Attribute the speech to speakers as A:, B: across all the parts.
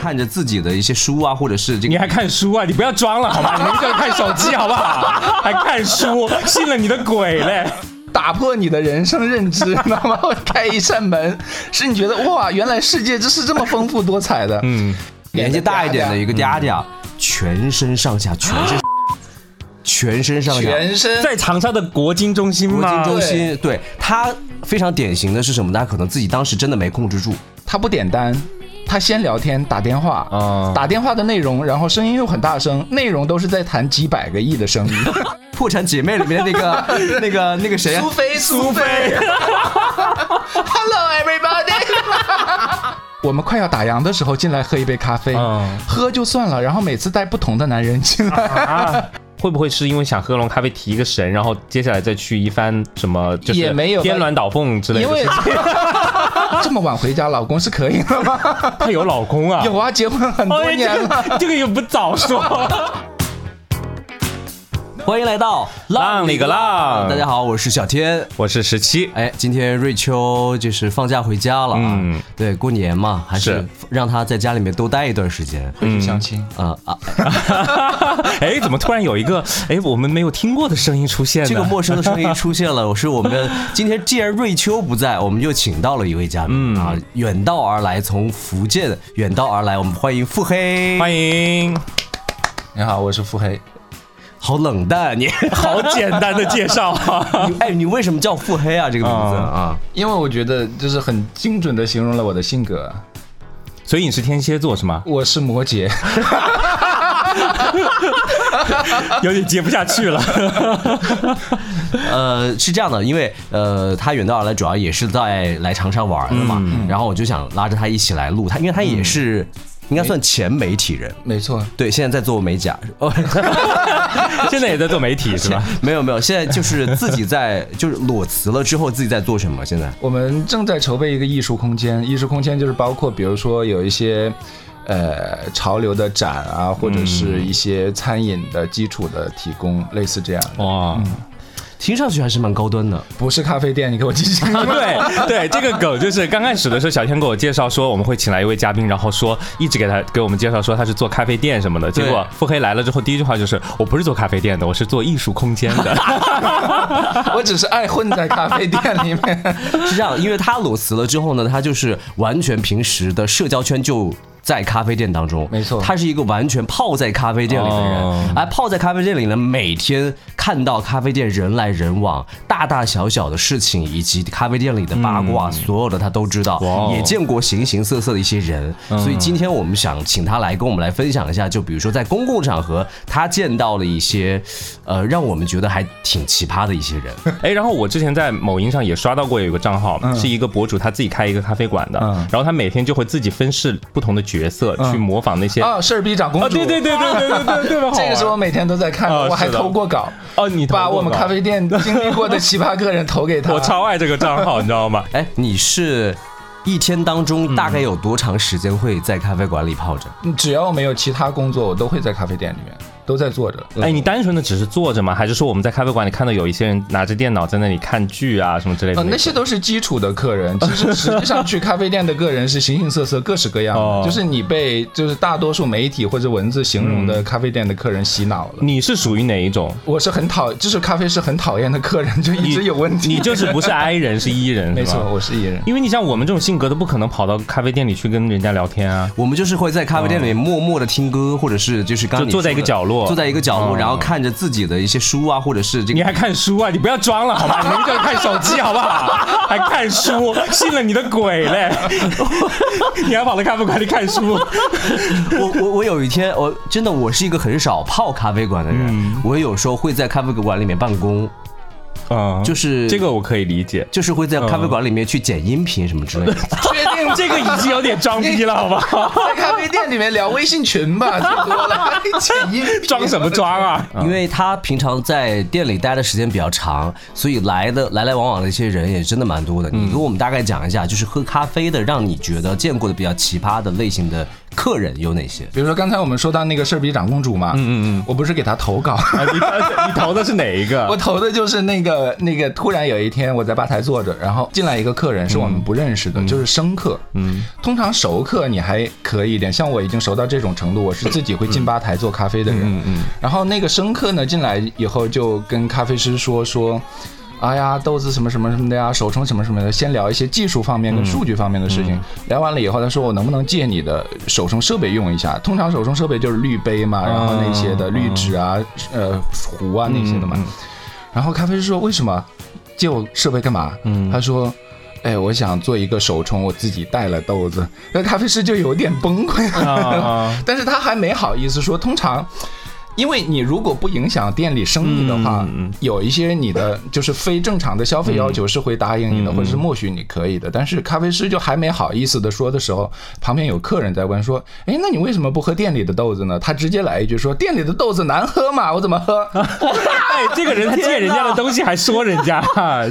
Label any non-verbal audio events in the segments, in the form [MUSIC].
A: 看着自己的一些书啊，或者是这个
B: 你还看书啊？你不要装了好
C: [LAUGHS]
B: 吗？你们就看手机好不好？还看书，信了你的鬼嘞！
C: 打破你的人生认知， [LAUGHS] 知道吗？开一扇门，是你觉得哇，原来世界就是这么丰富多彩的。
B: 嗯，
A: 年纪大一点的一个嗲嗲，全身上下，全身，全身上下，
C: 全身
B: 在长沙的国金中心
A: 国
B: 吗
A: 金？中心，对他非常典型的是什么？他可能自己当时真的没控制住，
C: 他不点单，他先聊天打电话
B: 啊
C: 打电话的内容，然后声音又很大声，内容都是在谈几百个亿
B: [LAUGHS]
C: 的生意。
A: 破产姐妹里面那个那个那个谁呀、啊
C: 苏菲，苏菲 [LAUGHS] ，Hello everybody 。 [LAUGHS] 我们快要打烊的时候进来喝一杯咖啡
B: 嗯
C: 喝就算了，然后每次带不同的男人进来，
B: 啊，会不会是因为想喝龙咖啡提一个神，然后接下来再去一番什么，就是
C: 也没有
B: 颠鸾倒凤之类
C: 因
B: 的
C: 为
B: 事情？
C: [LAUGHS] 这么晚回家，老公是可以的吗？ [LAUGHS]
B: 她有老公啊？
C: 有啊，结婚很多
B: 哎，
C: 年
B: 这
C: 了。
B: 个这个也不早说。
A: 欢迎来到
B: 浪里个浪
A: 大家好，我是小天。
B: 我是十七，
A: 哎，今天瑞秋就是放假回家了啊，
B: 嗯
A: 对，过年嘛，还是
B: 是
A: 让她在家里面多待一段时间。
C: 回去相亲，
A: 啊啊！
B: 哎，怎么突然有一个哎我们没有听过的声音出现呢？
A: 这个陌生的声音出现了，我是我 [LAUGHS] 们今天既然瑞秋不在，我们就请到了一位嘉宾、啊，远道而来，从福建远道而来，我们欢迎腹黑，
B: 欢迎，
C: 你好，我是腹黑。
A: 好冷淡你， [LAUGHS]
B: 好简单的介绍啊！
A: 你哎，你为什么叫腹黑啊？这个名字啊，
C: 因为我觉得就是很精准的形容了我的性格。
B: 所以你是天蝎座是吗？
C: 我是摩羯，
B: 有点接不下去了。
A: 呃，是这样的，因为呃，他远道而来主要也是在来长沙玩的嘛，然后我就想拉着他一起来录他，因为他也是、应该算前媒体人。
C: [LAUGHS] 没错。
A: 对，现在在做美甲， [LAUGHS] 哦，
B: 现在也在做媒体是吧？
A: 没有没有，现在就是自己在，就是裸辞了之后自己在做什么？现在
C: 我们正在筹备一个艺术空间，艺术空间就是包括比如说有一些。呃，潮流的展啊，或者是一些餐饮的基础的提供，类似这样的，
B: 哇，
A: 听上去还是蛮高端的。
C: 不是咖啡店，你给我记清 [LAUGHS]
B: 啊，对对，这个梗就是刚开始的时候，小天给我介绍说我们会请来一位嘉宾，然后说一直给他给我们介绍说他是做咖啡店什么的，结果腹黑来了之后，第一句话就是我不是做咖啡店的，我是做艺术空间的。
C: 我只是爱混在咖啡店里 [LAUGHS] 面。
A: 是这样，因为他裸辞了之后呢，他就是完全平时的社交圈就。在咖啡店当中，
C: 没错
A: 他是一个完全泡在咖啡店里的
B: 哦
A: 人，哎，泡在咖啡店里呢，每天看到咖啡店人来人往，大大小小的事情以及咖啡店里的八卦，所有的他都知道
B: 哇哦，
A: 也见过形形色色的一些人，所以今天我们想请他来跟我们来分享一下，就比如说在公共场合他见到了一些，呃，让我们觉得还挺奇葩的一些人，
B: 哎，然后我之前在某音上也刷到过有一个账号，是一个博主他自己开一个咖啡馆的，然后他每天就会自己分饰不同的角色、去模仿那些
C: 啊，事儿逼长公主、
B: 对对对对对对对对，好玩
C: 这个是我每天都在看的，
B: 啊
C: 我
B: 哦
C: 还
B: 是的
C: 投过稿，
B: 哦，你投
C: 把
B: 过
C: 我们
B: 稿
C: 咖啡店经历过的七八个人投给
B: [LAUGHS]
C: 他。
B: 我超爱这个账号，你知道吗？
A: 哎，你是一天当中大概有多长时间会在咖啡馆里泡着？
C: 只要没有其他工作，我都会在咖啡店里面，都在坐着。
B: 哎，你单纯的只是坐着吗？还是说我们在咖啡馆里看到有一些人拿着电脑在那里看剧啊什么之类的
C: 呃，
B: 种？
C: 那些都是基础的客人，其
B: [LAUGHS]
C: 实实际上去咖啡店的个人是形形色色、各式各样
B: 哦
C: 的，就是你被就是大多数媒体或者文字形容的咖啡店的客人洗脑了。
B: 你是属于哪一种？
C: 我是很讨，就是咖啡是很讨厌的客人，就一直有问题。
B: 你就是
C: [LAUGHS]
B: 不是 I 人是 E 人，
C: 没错
B: 是，吧
C: 我是艺
B: [LAUGHS]
C: 人。
B: 因为你像我们这种性格的，不可能跑到咖啡店里去跟人家聊天啊。
A: 我们就是会在咖啡店里默默的听歌，或者是就是刚刚
B: 就
A: 你
B: 坐在
A: 说的
B: 一个角落
A: 坐在一个角落，
B: 哦
A: 然后看着自己的一些书啊，或者是这
B: 你
A: 个。
B: 还看书啊？你不要装了好吗？你们就看手机好不好？还看书，信了你的鬼嘞！ [LAUGHS] 你还跑到咖啡馆里看书，
A: [LAUGHS] 我我我有一天，我真的我是一个很少泡咖啡馆的人，我有时候会在咖啡馆里面办公，
B: 嗯，
A: 就是
B: 这个我可以理解。
A: 就是会
B: 嗯
A: 在咖啡馆里面去剪音频什么之类的。
C: 确定
B: 这个已经有点装逼了，好不好？
C: 在咖啡店里面聊微信群吧，最
B: [LAUGHS]
C: 多了，剪音频
B: 装什么？装啊？
A: 因为他平常在店里待的时间比较长，所以来的来来往往的一些人也真的蛮多的。你给我们大概讲一下，就是喝咖啡的，让你觉得见过的比较奇葩的类型的客人有哪些？
C: 比如说刚才我们说到那个事儿逼长公主嘛，嗯嗯嗯，我不是给她投稿， [LAUGHS]
B: 啊你你投的是哪一个？
C: 我投的就是那个那个，突然有一天我在吧台坐着，然后进来一个客人是我们不认识的，就是生客，嗯，通常熟客你还可以一点，像我已经熟到这种程度，我是自己会进吧台做咖啡的人。嗯嗯。然后那个生客呢进来以后，就跟咖啡师说说。哎呀，豆子什么什么什么的呀，手冲什么什么的，先聊一些技术方面跟数据方面的事情。聊完了以后，他说我能不能借你的手冲设备用一下？通常手冲设备就是滤杯嘛，然后那些的滤纸啊、呃壶啊那些的嘛。然后咖啡师说为什么借我设备干嘛？他说。哎，我想做一个手冲，我自己带了豆子，那咖啡师就有点崩溃了， [LAUGHS] 但是他还没好意思说。通常，因为你如果不影响店里生意的话，有一些你的就是非正常的消费要求是会答应你的，或者是默许你可以的。但是咖啡师就还没好意思的说的时候，旁边有客人在问说：“哎，那你为什么不喝店里的豆子呢？”他直接来一句说：“店里的豆子难喝嘛，我怎么喝？” [LAUGHS]
B: 哎，这个人借人家的东西还说人家，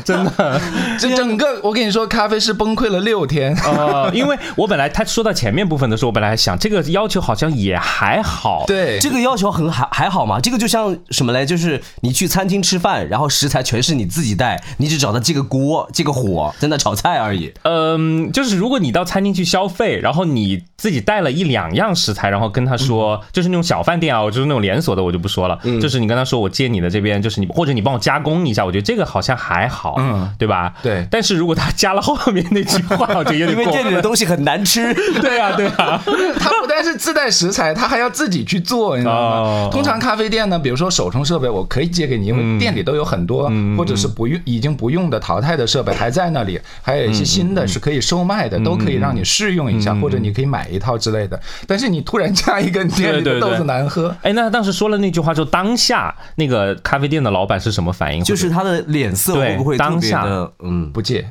B: 真的。
C: [LAUGHS] 这整个我跟你说，咖啡师崩溃了六天。 [LAUGHS]
B: 哦，因为我本来他说到前面部分的时候，我本来还想这个要求好像也还好，
C: 对，
A: 这个要求很还还好嘛？这个就像什么嘞？就是你去餐厅吃饭，然后食材全是你自己带，你只找到这个锅、这个火，在那炒菜而已。
B: 嗯，就是如果你到餐厅去消费，然后你自己带了一两样食材，然后跟他说，就是那种小饭店啊，我就是那种连锁的，我就不说了。就是你跟他说，我借你的这边，就是你或者你帮我加工一下，我觉得这个好像还好，嗯，对吧？
C: 对
B: 但是如果他加了后面那句话，我觉得有点
A: 因为
B: 过
A: 店里的
B: 分。
A: 东西很难吃，
B: 对啊，对啊。
C: 他不但是自带食材，他还要自己去做，你知道吗？
B: 哦
C: 通常咖啡店呢，比如说手冲设备，我可以借给你，因为店里都有很多，或者是不用已经不用的淘汰的设备还在那里，还有一些新的是可以售卖的，都可以让你试用一下，或者你可以买一套之类的。但是你突然加一个你店
B: 对
C: 里
B: 对
C: 的
B: 对
C: 豆子难喝，
B: 哎，那他当时说了那句话之后，当下那个咖啡店的老板是什么反应？
A: 就是他的脸色
B: 对
A: 会不会特别
B: 当
A: 的嗯？
C: 不借，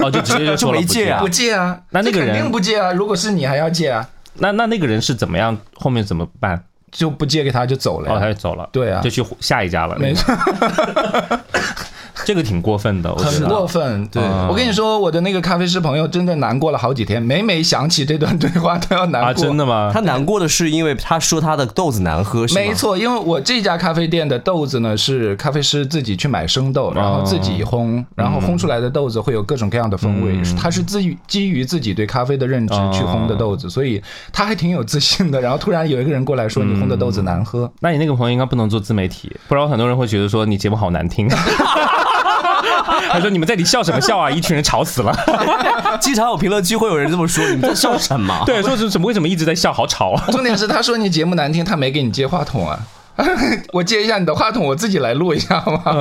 B: 哦，就直接就说
C: [LAUGHS]
A: 就
B: 了
A: 没借啊
B: 不
C: 不借啊，
B: 那那个人
C: 这肯定不借啊。如果是你还要借啊，
B: 那那那个人是怎么样？后面怎么办？
C: 就不借给他就走了
B: 哦，
C: 呀。
B: 他就走了。
C: 对啊
B: 就去下一家了。
C: 没错，
B: 这个挺过分的，我嗯觉
C: 很过
B: 得。
C: 分。对我跟你说，我的那个咖啡师朋友真的难过了好几天，每每想起这段对话都要难过。
B: 啊，真的吗
A: 他？难过的是因为他说他的豆子难喝，是吗
C: 没，错，因为我这家咖啡店的豆子呢是咖啡师自己去买生
B: 哦
C: 豆，然后自己烘，然后烘出来的豆子会有各种各样的风味。
B: 嗯
C: 他是自己基于自己对咖啡的认知去烘的豆
B: 哦
C: 子，所以他还挺有自信的。然后突然有一个人过来说你烘的豆子难喝，
B: 那你那个朋友应该不能做自媒体，不然很多人会觉得说你节目好难
C: [LAUGHS]
B: 听。他说：“你们在里笑什么笑啊？一群人吵死
C: [LAUGHS]
B: 了。
A: [LAUGHS] 经常有评论区会有人这么说，你们在笑什么？
B: 对，说是什么？为什么一直在笑？好吵啊！
C: 重点是他说你节目难听，他没给你接话筒啊。 [LAUGHS] 我接一下你的话筒，我自己来录一下好吗？嗯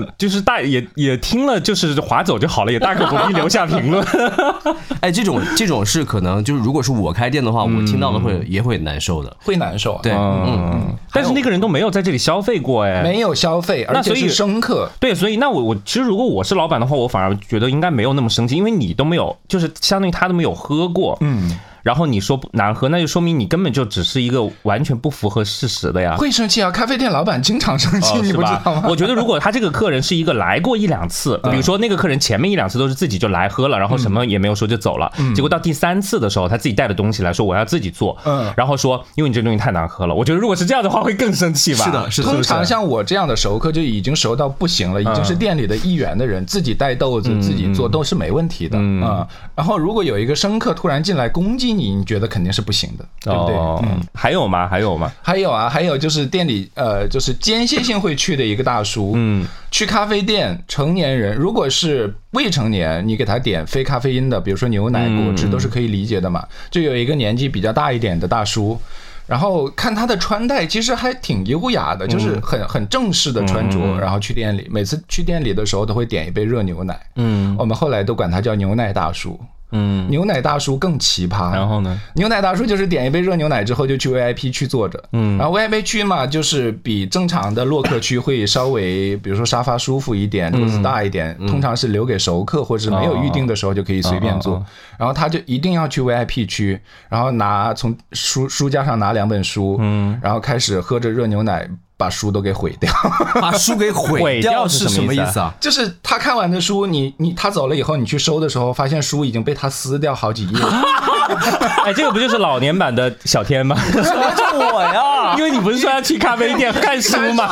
B: 呃，就是大也也听了，就是划走就好了，也大可不必留下评论。
A: 哎，这种这种是可能就是，如果是我开店的话，我听到了会也会难受的。
C: 会难受啊。
A: 对，嗯，
B: 嗯，但是那个人都没有在这里消费过，哎，
C: 没有消费，而
B: 那
C: 且
B: 所以
C: 是生客。
B: 对，所以那我我其实如果我是老板的话，我反而觉得应该没有那么生气，因为你都没有，就是相当于他都没有喝过，嗯，然后你说不难喝，那就说明你根本就只是一个完全不符合事实的呀。
C: 会生气啊！咖啡店老板经常生气，
B: 哦
C: 你
B: 是
C: 不知
B: 吧
C: 道吗？嗯
B: 我觉得如果他这个客人是一个来过一两次，比如说那个客人前面一两次都是自己就来喝了，然后什么也没有说就走了，结果到第三次的时候，他自己带的东西来说我要自己做，
C: 嗯
B: 然后说因为你这东西太难喝了，我觉得如果是这样的话会更生气吧。
A: 是的，，是的，
C: 通常像我这样的熟客就已经熟到不行了，已经
B: 嗯
C: 是店里的一员的人，自己带豆子、自己做都是没问题的啊、然后如果有一个生客突然进来攻击你，你觉得肯定是不行的，对不对？
B: 哦，还有吗？还有吗？
C: 还有啊，还有就是店里呃，就是间歇性会去的一个大叔，嗯，去咖啡店，成年人如果是未成年，你给他点非咖啡因的，比如说牛奶、果汁都是可以理解的嘛。就有一个年纪比较大一点的大叔。然后看他的穿戴，其实还挺优雅的，就是很很正式的穿着。然后去店里，每次去店里的时候都会点一杯热牛奶。嗯，我们后来都管他叫牛奶大叔。嗯，牛奶大叔更奇葩。
B: 然后呢？
C: 牛奶大叔就是点一杯热牛奶之后就去 VIP 区坐着，嗯，然后 VIP 区嘛，就是比正常的洛克区会稍微，比如说沙发舒服一点，桌子大一点，通常是留给熟客或者是没有预定的时候就可以随便坐。然后他就一定要去 VIP 区，然后拿从书书架上拿两本书，嗯，然后开始喝着热牛奶，把书都给毁掉。 [LAUGHS]
A: 把书给毁
B: 毁
A: 掉
B: 掉
A: 是
B: 是
A: 什
B: 什
A: 么
B: 么
A: 意
B: 意
A: 思
B: 思
A: 啊？
C: 就是他看完的书，你你他走了以后，你去收的时候，发现书已经被他撕掉好几页了。
B: [LAUGHS] 哎，这个不就是老年版的小天吗？
A: [LAUGHS] 就我呀，
B: 因为你不是说要去咖啡店看书吗？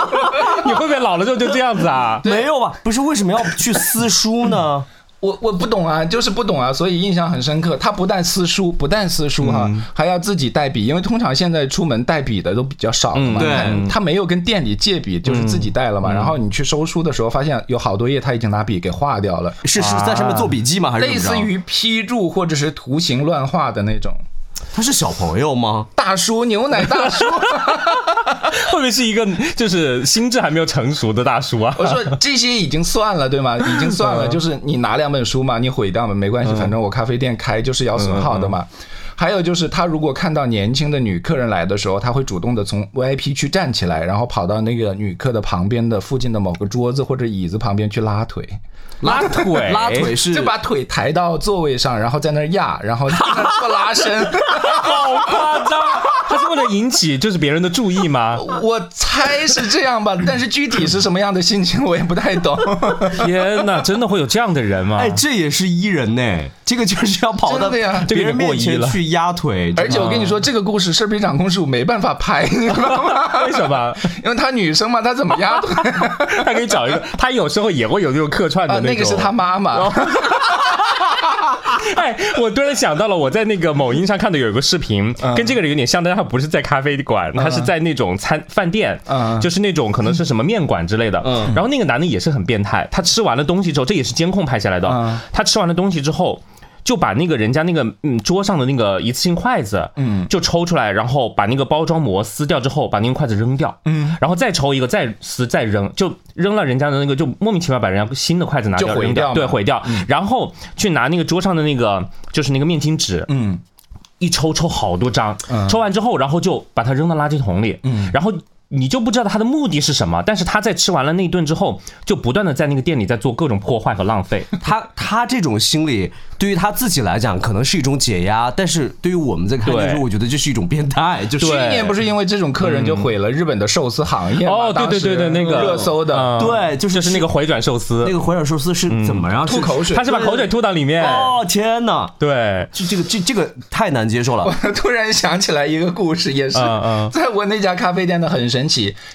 B: 你会不会老了之后就这样子啊？
A: 没有吧？不是为什么要去撕书呢？
C: 我我不懂啊，就是不懂啊，所以印象很深刻。他不但撕书，不但撕书哈、
A: 嗯
C: 还要自己带笔，因为通常现在出门带笔的都比较少了
A: 嗯
C: 嘛。
A: 对嗯
C: 他他没有跟店里借笔，就是自己带了嘛。然后你去收书的时候，发现有好多页他已经拿笔给划掉了，
A: 是是在上面做笔记吗？还是怎
C: 类
A: 么着
C: 似于批注或者是图形乱画的那种。
A: 他是小朋友吗？
C: 大叔，牛奶大叔，
B: 会不会是一个就是心智还没有成熟的大叔啊？
C: 我说这些已经算了，
A: [LAUGHS]
C: 对吗？已经算
A: 嗯
C: 了，就是你拿两本书嘛，你毁掉嘛没关系，反正我咖啡店开就是要损耗的
A: 嗯
C: 嘛。还有就是，他如果看到年轻的女客人来的时候，他会主动的从 VIP 区站起来，然后跑到那个女客的旁边的附近的某个桌子或者椅子旁边去 [LAUGHS] 拉腿，
B: 拉腿，
A: 拉腿，是
C: 就把腿抬到座位上，然后在那儿压，然后在那儿
A: [LAUGHS]
C: 做拉伸。
B: 好夸张！他是为了引起就是别人的注意吗？
C: 我猜是这样吧，但是具体是什么样的心情我也不太懂。
B: 天哪，真的会有这样的人吗？
A: 哎，这也是伊人呢，这个就是要跑到
C: 真的呀
A: 别人面
B: 这个有点
A: 前
B: 过
A: 去压腿，
C: 而且我跟你
B: 啊
C: 说，这个故事《事必长公主》没办法拍， [LAUGHS] 你知道吗？
B: 为什么？
C: 因为她女生嘛，她怎么
B: [LAUGHS]
C: 压腿
B: 他可以找一个，他有时候也会有那种客串的
C: 啊？
B: 那种。 [LAUGHS] 嗯
C: 那个是她妈妈，
B: 哎，我突然想到了，我在那个某音上看到有一个视频，跟这个人有点像，但是他不是在咖啡馆，他是在那种餐饭店
C: 嗯，
B: 就是那种可能是什么面馆之类的。然后那个男的也是很变态，他吃完了东西之后，这也是监控拍下来
C: 嗯
B: 的，他吃完了东西之后。就把那个人家那个嗯桌上的那个一次性筷子，嗯，就抽出来，然后把那个包装膜撕掉之后，把那个筷子扔掉，嗯，然后再抽一个，再撕，再扔，就扔了人家的那个，就莫名其妙把人家新的筷子拿
C: 就
B: 掉，
C: 毁
B: 扔
C: 掉嘛
B: 对，毁掉，然后去拿那个桌上的那个就是那个面巾纸，
C: 嗯，
B: 一抽抽好多张，抽完之后，然后就把它扔到垃圾桶里，嗯，然后。你就不知道他的目的是什么，但是他在吃完了那一顿之后，就不断的在那个店里在做各种破坏和浪费。
A: 他他这种心理，对于他自己来讲，可能是一种解压，但是对于我们在看
B: 对
A: 电视，我觉得这是一种变态，就是
C: 去
B: 对嗯
C: 年不是因为这种客人就毁了日本的寿司行业嘛
B: 哦，对对对对，
C: 当
B: 那
C: 时
B: 个
C: 热搜的
B: 嗯
A: 对就是
B: 就是那个回转寿司
A: 那，个回转寿司是怎么样？
C: 吐口
A: 水？
C: 水
B: 他，是把口水吐到里面。
A: 哦天哪！
B: 对，
A: 这这个这这个太难接受了。
C: 我突然想起来一个故事，也是
B: 嗯嗯
C: [LAUGHS] 在我那家咖啡店的，很神奇。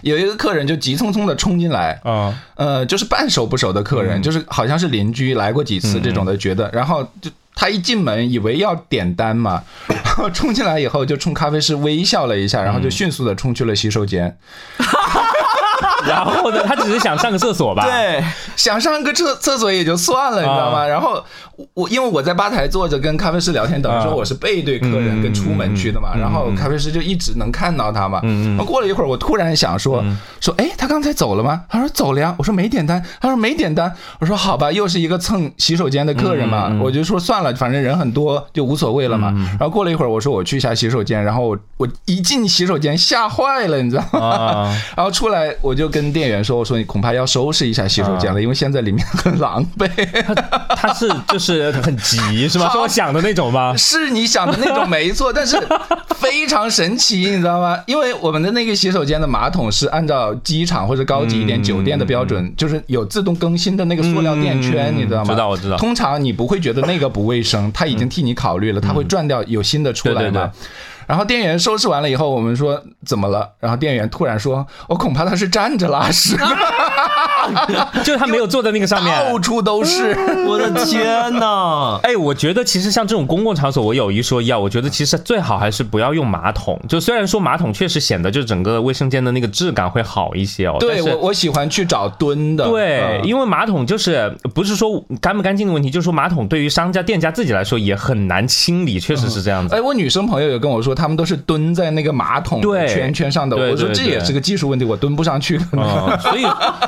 C: 有一个客人就急匆匆的冲进来，
B: 嗯，
C: 呃，就是半熟不熟的客人，就是好像是邻居来过几次这种的，觉得，然后就他一进门以为要点单嘛，然后冲进来以后就冲咖啡师微笑了一下，然后就迅速的冲去了洗手间，
B: 然后呢，他只是想上个厕所吧？，
A: 对，
C: 想上个厕厕所也就算了，你知道吗？然后我我因为我在吧台坐着跟咖啡师聊天，等于说
B: 啊
C: 我是背对客人跟出门去的嘛，然后咖啡师就一直能看到他嘛。然后过了一会儿，我突然想说说，哎，他刚才走了吗？他说走了呀。我说没点单，他说没点单。我说好吧，又是一个蹭洗手间的客人嘛，我就说算了，反正人很多就无所谓了嘛。然后过了一会儿，我说我去一下洗手间，然后我我一进洗手间吓坏了，你知道吗
B: 啊？
C: 然后出来我就跟店员说，我说你恐怕要收拾一下洗手间
B: 啊
C: 了，因为现在里面很狼
B: [LAUGHS]
C: 狈。
B: 他是就是很急是吧？
C: 好
B: 是我想的那种吗？
C: 是你想的那种没错，但是非常神奇，你知道吗？因为我们的那个洗手间的马桶是按照机场或者高级一点酒店的标
B: 嗯
C: 准，就是有自动更新的那个塑料垫圈，你知道吗？
B: 知道我知道
C: 通常你不会觉得那个不卫生，他已经替你考虑了，他会转掉有新的出来
B: 对对
C: 嘛
B: 对。
C: 然后店员收拾完了以后，我们说怎么了？然后店员突然说：“我恐怕他是站着拉屎，
B: [LAUGHS] 就是他没有坐在那个上面。嗯
C: 到处都是。
A: 我的天
B: [LAUGHS]
A: 哪！
B: 哎，我觉得其实像这种公共场所，我有一说一啊，我觉得其实最好还是不要用马桶。就虽然说马桶确实显得就整个卫生间的那个质感会好一些哦，
C: [LAUGHS] 对
B: 但
C: 我，
B: 是
C: 我喜欢去找蹲的。
B: 对，
C: 嗯
B: 因为马桶就是不是说干不干净的问题，就是说马桶对于商家、店家自己来说也很难清理，确实是这样子。
C: 哎，我女生朋友有跟我说，她们都是蹲在那个马桶的
B: 对
C: 圈圈上的。
B: 对
C: 我说
B: 对
C: 这
B: 对
C: 也是个技术问题，我蹲不上去可能。 [LAUGHS]
A: [LAUGHS]
B: 嗯，所以，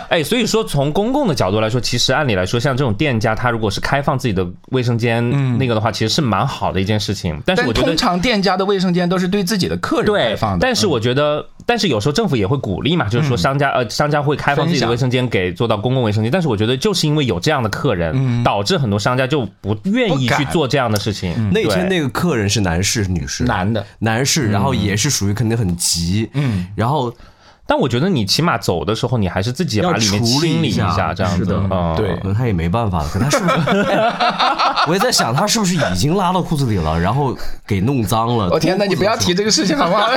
B: 哎，所以说从公共的角度来说，其实按理来说，像这种店家，他如果是开放自己的卫生间
A: 嗯
B: 那个的话，其实是蛮好的一件事情。但是
C: 但
B: 我觉得
C: 通常店家的卫生间都是对自己的客人开
B: 对
C: 放，的。嗯
B: 但是我觉得，但是有时候政府也会鼓励嘛，就
A: 嗯
B: 是说商家呃，商家会开放自己的
C: 分享
B: 卫生间给做到公共卫生间，但是我觉得就是因为有这样的客
A: 嗯
B: 人，导致很多商家就不愿意
C: 不敢
B: 去做这样的事情。
A: 嗯那天
B: 对
A: 那个客人是男士、女士？
C: 男的，
A: 男士，然后也是属于肯定很急，嗯，然后
B: 但我觉得你起码走的时候，你还是自己
A: 要
B: 把里面
A: 处理
B: 清理
A: 一下
B: 下，这样
A: 是
B: 子
A: 的，
B: 嗯，
C: 对
A: 可能他也没办法了，可他是不是？
B: [LAUGHS]
A: 哎我也在想，他是不是已经拉到裤子里了，然后给弄脏了？
C: 我、天哪，你不要
B: [LAUGHS]
C: 提这个事情好不好？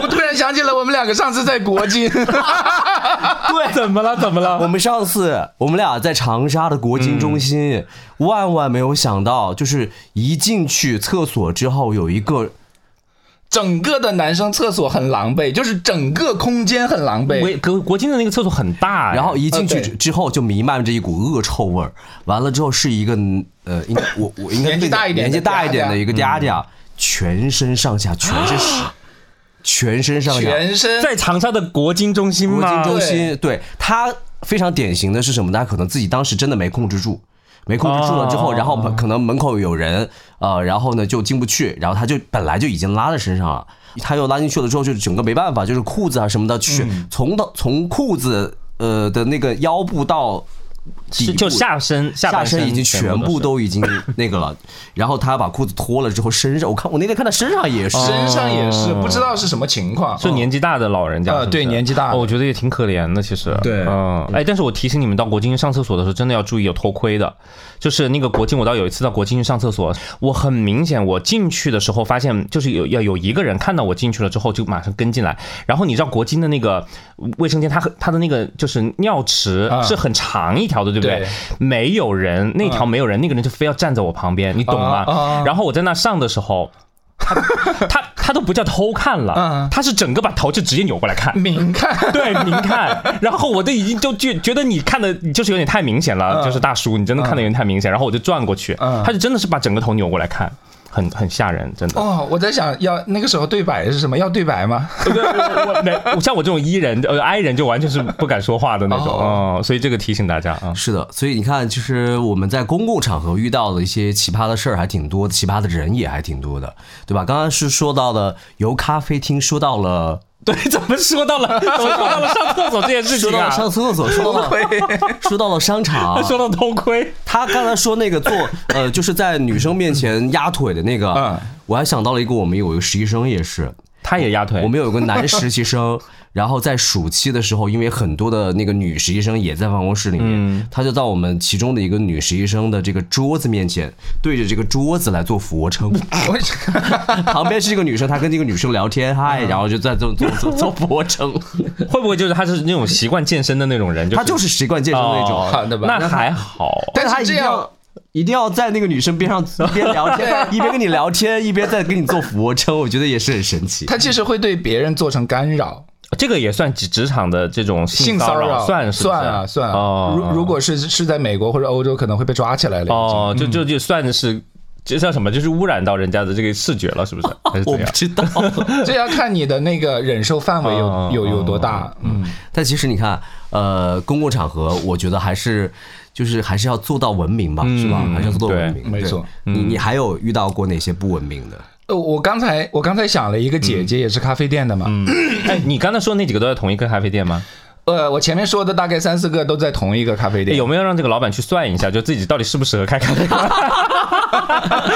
C: 我突然想起了我们两个上次在国际， [LAUGHS]
B: 对，怎么了？怎么
A: 我
B: 了？
A: 们上次我们俩在长沙的国金中
B: 嗯
A: 心，万万没有想到，就是一进去厕所之后有一个
C: 整个的男生厕所很狼狈，就是整个空间很狼狈。
B: 国国国金的那个厕所很大哎，
A: 然后一进去
C: 呃
A: 之
C: 对
A: 之后就弥漫着一股恶臭味儿，完了之后是一个呃，应该我我应该
C: 年纪大一点的
A: 年纪大一点
C: 嗲嗲
A: 的一个嗲
B: 嗯
A: 嗲，全身上下全是
C: [GASPS]
A: 屎，全身上下
C: 全身
B: 在长沙的国金中心
A: 国金
B: 吗？
A: 中心，对他非常典型的是什么呢？他可能自己当时真的没控制住。没控制住了之后，
B: 哦
A: 然后可能门口有人，呃，然后呢就进不去，然后他就本来就已经拉在身上了，他又拉进去了之后，就整个没办法，就是裤子啊什么的，全
B: 嗯
A: 从到从裤子呃的那个腰部到底
B: 是
A: 部
B: 就下身下
A: 下
B: 半
A: 身已经全部
B: 是
A: 都已经那个了，然后他把裤子脱了之后，身上我看我那天看他身上也是，
B: 哦
C: 身上也是，不知道是什么情况。
B: 是年纪大的老人家，
C: 呃
B: 是不是
C: 啊对年纪大的
B: 哦我觉得也挺可怜的，其实。
C: 对
B: 嗯，哎，但是我提醒你们，到国金上厕所的时候，真的要注意有偷窥的。就是那个国金，我到有一次到国金上厕所，我很明显，我进去的时候发现，就是有要有一个人看到我进去了之后，就马上跟进来。然后你知道国金的那个卫生间，它很它的那个就是尿池
C: 啊
B: 是很长一条的，对不对
C: 对？
B: 没有人，那条没有人，那个人就非要站在我旁边，你懂
C: 啊啊
B: 吗
C: 啊？
B: 然后我在那上的时候。他他他都不叫偷看了
C: 嗯，
B: 他是整个把头就直接扭过来看。
C: 明看，
B: [LAUGHS] 对，您看，然后我都已经就觉觉得你看的你就是有点太明显了，
C: 嗯
B: 就是大叔，你真的看的有点太明显，然后我就转过去，
C: 嗯
B: 他就真的是把整个头扭过来看，很很吓人，真 [LAUGHS] 的。
C: 哦，我在想要那个时候对白是什么？要对
B: [LAUGHS]
C: 白吗？
B: 我我我没我像我这种 E 人呃 I 人就完全是不敢说话的 [LAUGHS] 那种，
C: 哦
B: 嗯，所以这个提醒大家啊，
A: 是的，所以你看，就是我们在公共场合遇到的一些奇葩的事儿还挺多，奇葩的人也还挺多的，对吧？刚刚是说到了由咖啡厅说到了，
B: 对，怎么说到 [LAUGHS] 了怎么说到了上厕所这件事
A: 说
B: 情
A: 到
B: 啊
A: 了？上厕所，说到
B: [LAUGHS]
A: 了， [LAUGHS] 说到了商场。啊
B: 说到偷窥，
A: 他刚才说那个
B: [LAUGHS]
A: 做，呃，就是在女生面前压腿的那个，
C: 嗯
A: 我还想到了一个，我们有一个实习生也是，
B: 他也压腿，
A: 我们有一个男实习生，然后在暑期的时候，因为很多的那个女实习生也在办公室里面，
C: 嗯
A: 他就到我们其中的一个女实习生的这个桌子面前，对着这个桌子来做俯卧
C: [LAUGHS]
A: 撑。
C: 我
A: 旁边是一个女生，他跟这个女生聊天，
C: 嗯
A: 嗨，然后就在做做做做俯卧撑。
B: 会不会就是他是那种习惯健身的那种人？
A: 他就是是习惯健身的那种，
B: 哦
C: 好的吧
B: 那还好。
A: 但是他
C: 但
A: 一
C: 是
A: 定
C: 这样
A: 要。一定要在那个女生边上一边聊
C: [LAUGHS]
A: 天，一边跟你聊天，一边在跟你做俯卧撑，我觉得也是很神奇。
C: 他其实会对别人造成干扰，
B: 这个也算职职场的这种性
C: 性
B: 骚
C: 骚扰
B: 算是不是
C: 算啊算啊。
B: 哦
C: 如如果是是在美国或者欧洲，可能会被抓起来了已经。
B: 哦，就就就算是这叫什么？就是污染到人家的这个视觉了，是
C: [LAUGHS]
B: 不是？还是
A: 我
B: 怎
A: 不
B: 样？
A: 知道，
C: 这要看你的那个忍受范围
B: 哦
C: 有有有多大。嗯，
A: 但其实你看，呃，公共场合，我觉得还是就是还是要做到文明吧，是吧？
B: 嗯
A: 还是要做到文明。
C: 对
A: 对
C: 没错。
A: 你你还有遇到过哪些不文明的？
C: 呃，我刚才我刚才想了一个姐
B: 嗯
C: 姐，也是咖啡店的嘛。
B: 哎，你刚才说那几个都在同一个咖啡店吗？
C: 呃，我前面说的大概三四个都在同一个咖啡
B: 哎
C: 店。
B: 有没有让这个老板去算一下，就自己到底适不适合开咖啡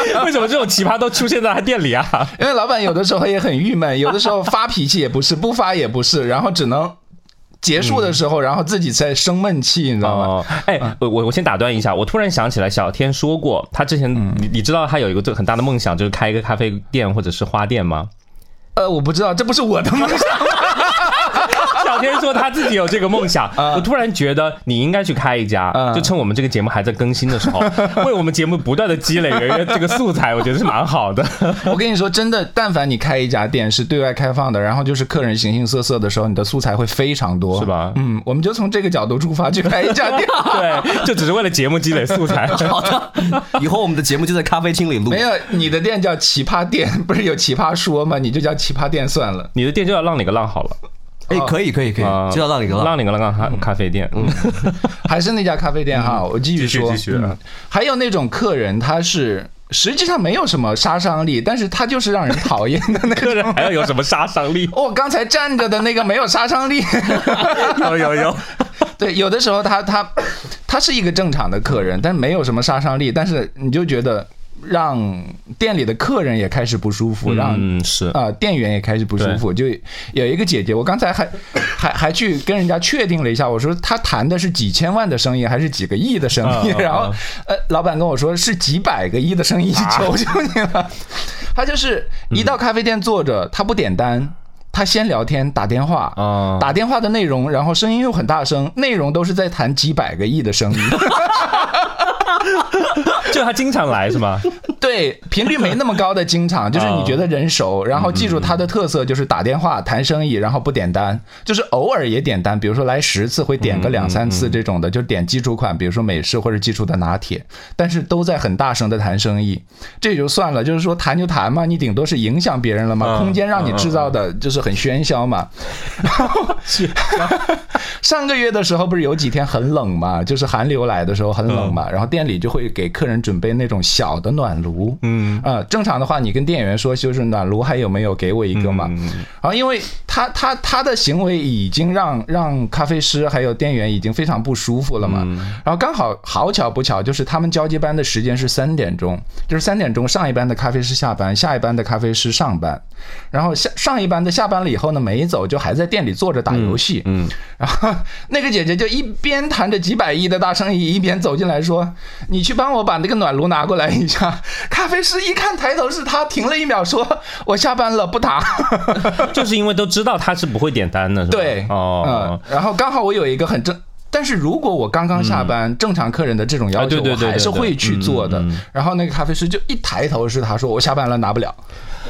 B: 店？为 [LAUGHS] 什么这种奇葩都出现在他店里啊？
C: 因为老板有的时候也很郁闷，有的时候发脾气也不是，不发也不是，然后只能结束的时候，然后自己在生闷气，你知道吗？嗯
B: 哦，哎，我我我先打断一下，我突然想起来，小天说过，他之前、
C: 嗯
B: 你你知道他有一个最很大的梦想，就是开一个咖啡店或者是花店吗？
C: 呃，我不知道，这不是我的梦想。
B: [LAUGHS] 小天说他自己有这个梦想，我突然觉得你应该去开一家，
C: 嗯
B: 就趁我们这个节目还在更新的时候，为我们节目不断的积累人这个素材，我觉得是蛮好的。
C: 我跟你说，真的，但凡你开一家店是对外开放的，然后就是客人形形色色的时候，你的素材会非常多，
B: 是吧
C: 嗯，我们就从这个角度出发去开一家
B: [LAUGHS]
C: 店。
B: 对，就只是为了节目积累素材。
A: 好的，以后我们的节目就在咖啡厅里录
C: 没。有，你的店叫奇葩店，不是有奇葩说吗？你就叫奇葩店算了。
B: 你的店就叫浪里个浪好了，
A: 哎，可以可以可
B: 啊，
A: 以，就要让你个浪。
B: 浪里个浪咖咖啡店， [LAUGHS] 嗯，
C: [LAUGHS] 还是那家咖啡店哈，我继续说。
B: 继续继续
C: 嗯还有那种客人，他是实际上没有什么杀伤力，但是他就是让人讨厌的那个。？
B: 客人还要有什么杀伤力
C: 哦，刚才站着的那个没有杀伤力。 [LAUGHS]
B: 有有有，
C: 对，有的时候他他他是一个正常的客人，但是没有什么杀伤力，但是你就觉得让店里的客人也开始不舒服，让
B: 嗯是。
C: 啊、店员也开始不舒服，就有一个姐姐，我刚才还还还去跟人家确定了一下，我说她谈的是几千万的生意还是几个亿的生意，
B: 啊啊啊
C: 然后呃，老板跟我说是几百个亿的
B: 啊
C: 生意，求求你了。他就是一到咖啡店坐着，他不点单。他先聊天打电话
B: 啊
C: 打电话的内容，然后声音又很大声，内容都是在谈几百个亿的生意。
B: 就他经常来是吗？
C: [LAUGHS] 对，频率没那么高的经常，就是你觉得人熟，然后记住他的特色就是打电话谈生意，然后不点单，就是偶尔也点单，比如说来十次会点个两三次这种的，就点基础款，比如说美式或者基础的拿铁，但是都在很大声的谈生意，这也就算了，就是说谈就谈嘛，你顶多是影响别人了嘛，
B: 嗯
C: 空间让你制造的就是很喧嚣
B: [LAUGHS]
C: 嘛。 [LAUGHS] 上个月的时候不是有几天很冷嘛，就是寒流来的时候很冷
B: 嗯
C: 嘛，然后店里就会给客人准备那种小的暖炉，
B: 嗯，
C: 啊、正常的话，你跟店员说就是暖炉还有没有给我一个嘛？
B: 嗯
C: 然后因为他他他的行为已经让让咖啡师还有店员已经非常不舒服了嘛。
B: 嗯
C: 然后刚好好巧不巧，就是他们交接班的时间是三点钟，就是三点钟上一班的咖啡师下班，下一班的咖啡师上班。然后下上一班的下班了以后呢，没走就还在店里坐着打游戏。
B: 嗯，
C: [LAUGHS] 然后那个姐姐就一边谈着几百亿的大生意，一边走进来说：“你去帮我把那个暖炉拿过来一下。” [LAUGHS] 咖啡师一看抬头是他，停了一秒说：“我下班了，不打。 [LAUGHS]
B: 就是因为都知道他是不会点单的，是”吧？
C: 对，
B: 哦
C: 嗯，，然后刚好我有一个很正。但是如果我刚刚下班，正常客人的这种要
B: 啊对
C: 求，
B: 对
C: 我
B: 对
C: 还是
B: 对对
C: 会去做的
B: 嗯。
C: 然后那个咖啡师就一抬头是他说我下班了拿不了，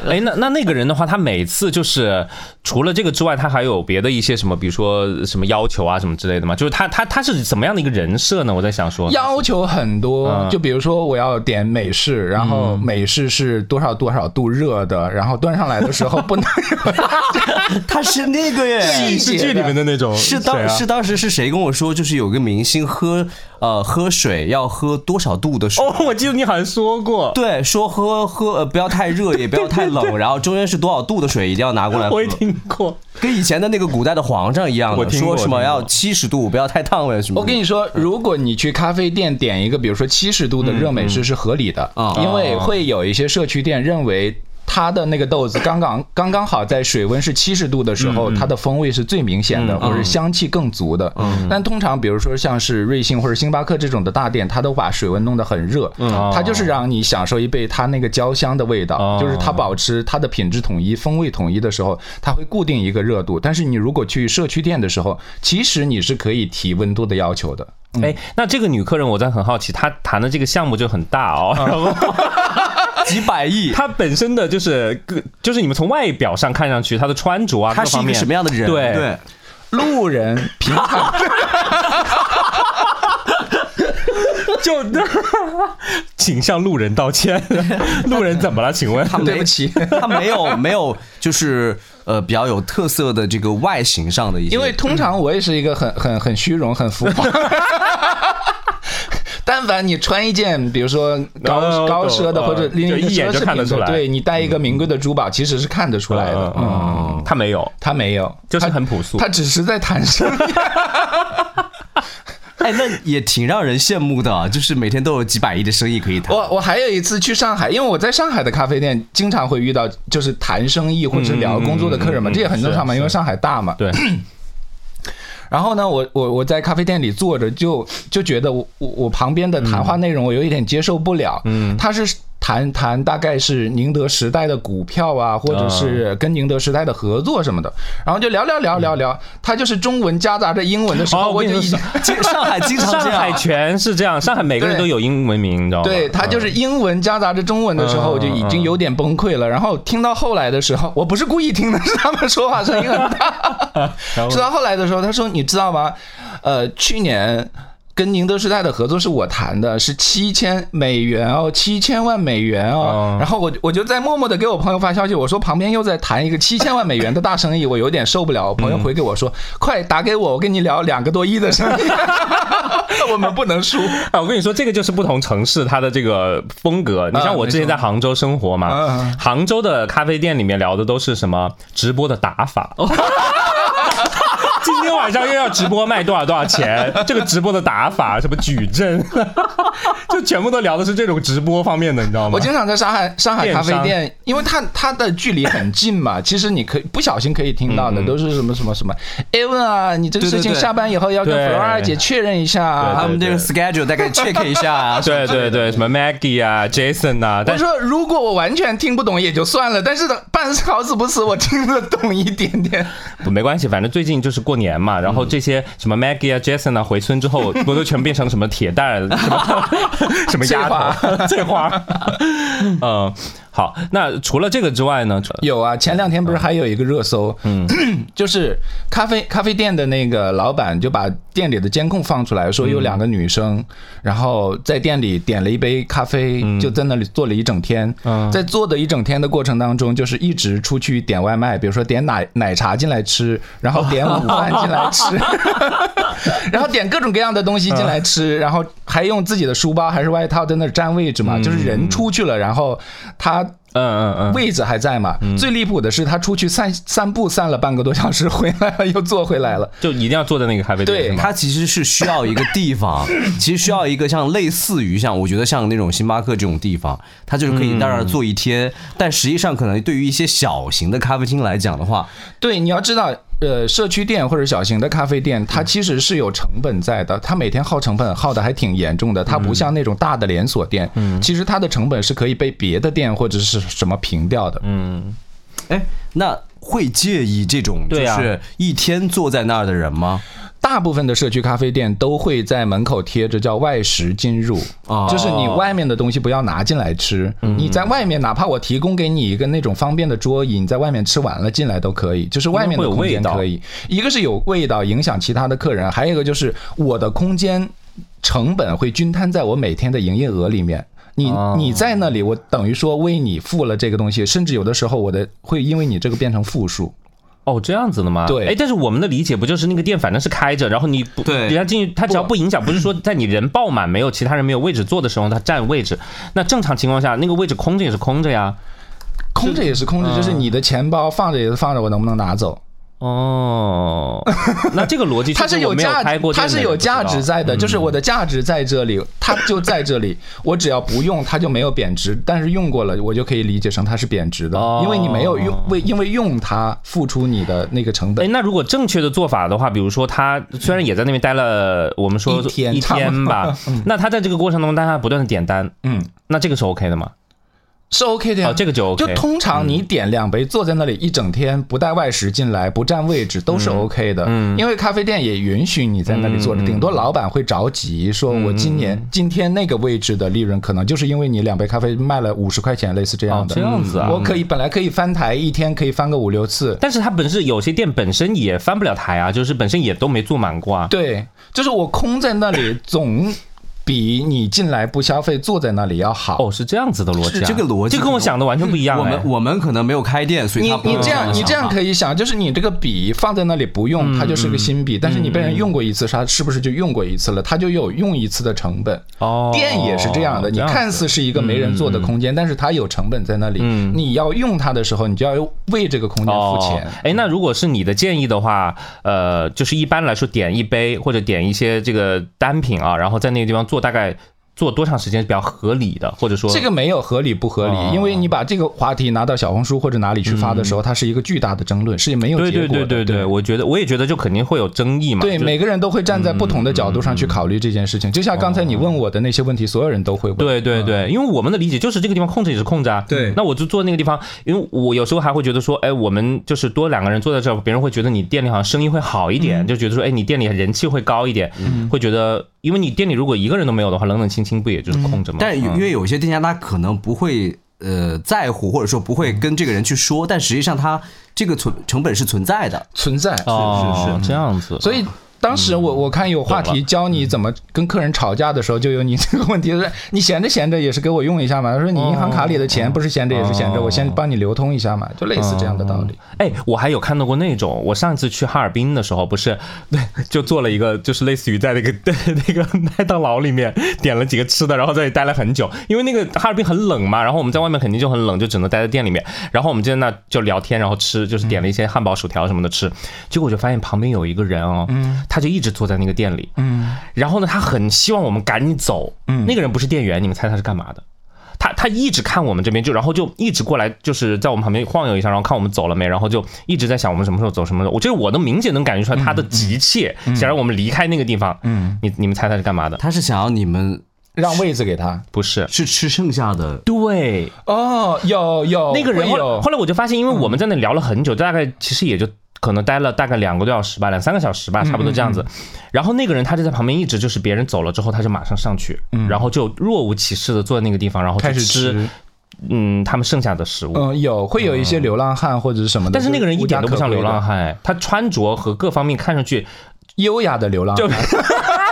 B: 哎，那那那个人的话，他每次就是除了这个之外，他还有别的一些什么，比如说什么要求啊，什么之类的吗？就是他他他是怎么样的一个人设呢？我在想说，
C: 要求很多
B: 嗯，
C: 就比如说我要点美式，然后美式是多少多少度热的，然后端上来的时候不能有
A: [LAUGHS] 他是那个耶。
C: 细节的
B: 的那种
A: 是当、
B: 谁啊
A: 是当时是谁跟我说，就是有个明星喝呃喝水要喝多少度的水？
B: 哦， [LAUGHS] 我记得你好像说过，
A: 对，说喝喝呃不要太热，也不要太冷，然后中间是多少度的水一定要拿过来喝
B: 我，也听过。
A: 跟以前的那个古代的皇上一样
B: 我
A: 的，
B: 听过
A: 说什么
B: 我听过
A: 要七十度，不要太烫了什么的。
C: 我跟你说，如果你去咖啡店点一个，比如说七十度的热美式是合理的，
A: 嗯
C: 因为会有一些社区店认为。它的那个豆子刚刚刚刚好在水温是七十度的时
A: 嗯
C: 候，它的风味是最明显的，或者香气更足的。
A: 嗯
C: 但通常比如说像是瑞幸或者星巴克这种的大店，它都把水温弄得很热，
A: 嗯
C: 它就是让你享受一杯它那个焦香的味道
B: 哦，
C: 啊就是它保持它的品质统一、风味统一的时候，它会固定一个热度。但是你如果去社区店的时候，其实你是可以提温度的要求的。
B: 哎，那这个女客人，我在很好奇，她谈的这个项目就很大哦，然 [LAUGHS] 后
A: 几百亿，
B: 她本身的就是个，就是你们从外表上看上去，她的穿着啊，
A: 他
B: 各
A: 是
B: 方
A: 一
B: 面
A: 个什么样的人？
B: 对
A: 对，
C: 路人平常
B: [LAUGHS] 就 [LAUGHS] 请向路人道
A: [LAUGHS]
B: 歉。路人怎么了？请问？
A: 他没
C: 对不起
A: [LAUGHS] 他没有没有就是呃比较有特色的这个外形上的一些，
C: 因为通常我也是一个很很很虚荣、很浮夸。 [LAUGHS] 但凡你穿一件，比如说高、
B: 哦懂
C: 高奢的，
B: 哦
C: 或者拎一
B: 就
C: 个
B: 一眼
C: 奢
B: 就
C: 侈
B: 看得
C: 品
B: 出
C: 的，
B: 来
C: 对你带一个名贵的珠宝，其实是看得出来的。嗯，
B: 嗯，他没有，
C: 他没有，
B: 就是
C: 他
B: 很朴素
C: 他只是在谈生意。
A: 哎，那也挺让人羡慕的啊，就是每天都有几百亿的生意可以谈。
C: 我我还有一次去上海，因为我在上海的咖啡店经常会遇到，就是谈生意或者是聊工作的客人
B: 嗯
C: 嘛，
B: 嗯嗯
C: 这也很正常嘛，
B: 是
C: 因为上海大嘛。
B: 对，
C: 然后呢，我我我在咖啡店里坐着就，就觉得我我我旁边的谈话内容我有一点接受不了。嗯，他是谈谈大概是宁德时代的股票啊，或者是跟宁德时代的合作什么的，然后就聊聊聊聊聊，他就是中文夹杂着英文的时
B: 嗯
C: 候，
B: 哦我
C: 我
B: 跟你
C: 就已
B: 说
C: 经。
A: 经上海经常
B: 上
A: 这
B: 海
A: 样，啊
B: 全是这样，上海每个人
C: 对
B: 都有英文名，你知道吗？
C: 对他就是英文夹杂着中文的时候，
B: 嗯
C: 我就已经有点崩溃了。然后听到后来的时候，我不是故意听的，是他们说话声音很大。
B: 然
C: 直
B: 后
C: 到后来的时候，他说：“你知道吗？呃，去年。”跟宁德时代的合作是我谈的，是七千美元哦，七千万美元哦。
B: 嗯
C: 然后我我就在默默的给我朋友发消息，我说旁边又在谈一个七千万美元的大生意，我有点受不了。我朋友回给我说：“快打给我，我跟你聊两个多亿的生意， [LAUGHS] 我们不能输。”
B: 啊，我跟你说，这个就是不同城市它的这个风格。你像我之前在杭州生活
C: 嗯嗯
B: 嘛，杭州的咖啡店里面聊的都是什么直播的打法。
C: 哦
B: [LAUGHS] 今天
C: [LAUGHS]
B: 晚上又要直播卖多少多少钱？这个直播的打法，什么矩阵， [LAUGHS] 就全部都聊的是这种直播方面的，你知道吗？
C: 我经常在上海上海咖啡店，因为它它的距离很
A: [LAUGHS]
C: 近嘛，其实你可以不小心可以听到的都是什么什么什么。艾文啊，你这个事情
A: 嗯对对对
C: 下班以后要跟
B: 对
C: Flora 姐确认一下啊。
A: 把他们这个
B: 对
A: schedule 大概 check 一下啊。
B: 对对对，什么 Maggie 啊，Jason 啊，
C: 我
B: 但是
C: 说，如果我完全听不懂也就算了，但是半死好死不死，我听得懂一点点。
B: 不没关系，反正最近就是过年嘛，然后这些什么 Maggie 啊、Jason 啊，回村之后不都全变成什么铁蛋儿、什么什么丫头、翠花？嗯，好，那除了这个之外呢？
C: 有啊，前两天不是还有一个热搜，嗯， [CLEARS THROAT] 就是咖啡咖啡店的那个老板就把店里的监控放出来，说有两个女生，然后在店里点了一杯咖啡，就在那里坐了一整天。
B: 嗯
C: 在坐的一整天的过程当中，就是一直出去点外卖，比如说点奶奶茶进来吃，然后点午饭进来吃，然后点各种各样的东西进来吃，然后还用自己的书包还是外套在那儿占位置嘛，就是人出去了，然后他。
B: 嗯嗯嗯，
C: 位置还在嘛？最离谱的是，他出去散散步散了半个多小时，回来了又坐回来了。
B: 就一定要坐在那个咖啡店
C: 对
B: 是吗？
A: 它其实是需要一个地方，其实需要一个像类似于像我觉得像那种星巴克这种地方，它就是可以在那儿坐一天。但实际上，可能对于一些小型的咖啡厅来讲的话，
C: 对，你要知道，呃，社区店或者小型的咖啡店，它其实是有成本在
B: 嗯
C: 的，它每天耗成本耗的还挺严重的。它不像那种大的连锁店，
B: 嗯
C: 其实它的成本是可以被别的店或者是什么平掉的。
A: 哎，那会介意这种就
B: 对啊
A: 是一天坐在那儿的人吗？
C: 大部分的社区咖啡店都会在门口贴着叫“外食禁入”，
A: 哦
C: 就是你外面的东西不要拿进来吃。你在外面，哪怕我提供给你一个那种方便的桌椅，你在外面吃完了进来都可以，就是外面的空间可以。一个是有味道影响其他的客人，还有一个就是我的空间成本会均摊在我每天的营业额里面。你你在那里，我等于说为你付了这个东西，甚至有的时候我的会因为你这个变成负数。
B: 哦，这样子的吗？
C: 对
B: 哎，但是我们的理解不就是那个店反正是开着，然后你不，
A: 对
B: 人家进去，他只要不影响，不是说在你人爆满没有其他人没有位置坐的时候，他占位置。那正常情况下，那个位置空着也是空着呀。
C: 空着也是空着，就是
B: 嗯
C: 你的钱包放着也是放着，我能不能拿走？
B: 哦，那这个逻辑
C: [LAUGHS] 它
B: 就是我
C: 有
B: 没有
C: 价
B: 开
C: 值
B: 过，店
C: 它
B: 的
C: 是
B: 人
C: 有
B: 不知道嗯
C: 价值在的，就是我的价值在这里，它就在这里，我只要不用，它就没有贬值。但是用过了，我就可以理解成它是贬值的
B: 哦，
C: 因为你没有用，为因为用它付出你的那个成
B: 哎，
C: 本。
B: 那如果正确的做法的话，比如说他虽然也在那边待了，我们说
C: 一天
B: 一
C: 差不
B: 天
C: 多 [LAUGHS]
B: 吧，那他在这个过程中，但他不断的点单，
C: 嗯，
B: 那这个是 OK 的吗？
C: 是 OK 的呀
B: 哦，。这个就 OK。
C: 就通常你点两杯，坐在那里一整天，不带外食进来，不占位置，都
B: 嗯
C: 是 OK 的。因为咖啡店也允许你在那里坐着，顶多老板会着急，说我今年
B: 嗯
C: 今天那个位置的利润，可能就是因为你两杯咖啡卖了五十块钱，类似这样
B: 哦，
C: 的。
B: 这样子啊，嗯
C: 我可以本来可以翻台，一天可以翻个五六次。
B: 但是它本身有些店本身也翻不了台啊，就是本身也都没坐满过啊。
C: 对，就是我空在那里，总比你进来不消费坐在那里要好。
B: 哦，是这样子的逻辑、
A: 是
B: 啊，
A: 这个逻辑
B: 这跟我想的完全不一样、哎
A: 我们我们可能没有开店，所以
C: 你
A: 他不
C: 你
A: 会
C: 这样你
A: 想
C: 这样
A: 法
C: 可以想，就是你这个笔放在那里不用，它
B: 嗯
C: 就是个新笔，但是你被人用过一次，它是不是就用过一次了？它就有用一次的成本。
B: 哦，
C: 店也是这样的，你
B: 子嗯
C: 看似是一个没人坐的空间，但是它有成本在那里。你要用它的时候，你就要为这个空间付钱
B: 哦。哎，那如果是你的建议的话，呃，就是一般来说点一杯或者点一些这个单品啊，然后在那个地方坐大概坐多长时间是比较合理的，或者说
C: 这个没有合理不合理，因为你把这个话题拿到小红书或者哪里去发的时候，它是一个巨大的争论，是没有
B: 对
C: 结
B: 嗯对
C: 果的。
B: 对对对，我觉得我也觉得就肯定会有争议嘛。
C: 对，
B: 就嗯
C: 每个人都会站在不同的角度上去考虑这件事情。就像刚才你问我的那些问题，所有人都会问。
B: 对对
C: 嗯
B: 对，因为我们的理解就是这个地方控制也是控制啊。
A: 对
B: 那我就坐那个地方，因为我有时候还会觉得说，哎，我们就是多两个人坐在这儿，别人会觉得你店里好像生意会好一
C: 嗯
B: 点，就觉得说，哎，你店里人气会高一点，会觉得，因为你店里如果一个人都没有的话，冷冷清清不也
C: 嗯
B: 就是空着吗？嗯
A: 但因为有些店家他可能不会呃在乎，或者说不会跟这个人去说，但实际上他这个存成本是存在的。
C: 存在。
B: 哦，这样子，
C: 所以当时
B: 嗯
C: 我我看有话题教你怎么跟客人吵架的时候，就有你这个问题， [LAUGHS] 就是你闲着闲着也是给我用一下嘛。他说你银行卡里的
B: 哦
C: 钱不是闲着也是闲着，我先帮你流通一下嘛，就类似这样的道理。
B: 哎，我还有看到过那种，我上次去哈尔滨的时候，不是对， [LAUGHS] 就做了一个，就是类似于在那个 [LAUGHS] 对那个麦当劳里面点了几个吃的，然后在里待了很久，因为那个哈尔滨很冷嘛，然后我们在外面肯定就很冷，就只能待在店里面，然后我们就在那就聊天，然后吃，就是点了一些汉堡、薯条什么的吃，结果我就发现旁边有一个人哦，他就一直坐在那个店里，
C: 嗯，
B: 然后呢，他很希望我们赶紧走。
C: 嗯
B: 那个人不是店员，你们猜他是干嘛的？他他一直看我们这边，就然后就一直过来，就是在我们旁边晃悠一下，然后看我们走了没，然后就一直在想我们什么时候走，什么时候。我这我能明显能感觉出来他的急切，想让我们离开那个地方。
C: 嗯，
B: 你你们猜他是干嘛的？
A: 他是想要你们
C: 让位置给他。
B: 不是，
A: 去吃剩下的，
B: 对，
C: 哦，有有
B: 那个人
C: 会
B: 后来
C: 有嗯
B: 后来我就发现，因为我们在那聊了很久，大概其实也就可能待了大概两个多小时吧，两三个小时
C: 嗯
B: 吧，差不多这样子。然后那个人他就在旁边一直就是别人走了之后，他就马上上去，然后就若无其事的坐在那个地方，然后去
C: 开始吃，
B: 嗯他们剩下的食物。
C: 嗯，有会有一些流浪汉或者是什么的，
B: 但是那个人一点都不像流浪
C: 汉，
B: 汉，哎他穿着和各方面看上去
C: 优雅的流浪汉。
B: 就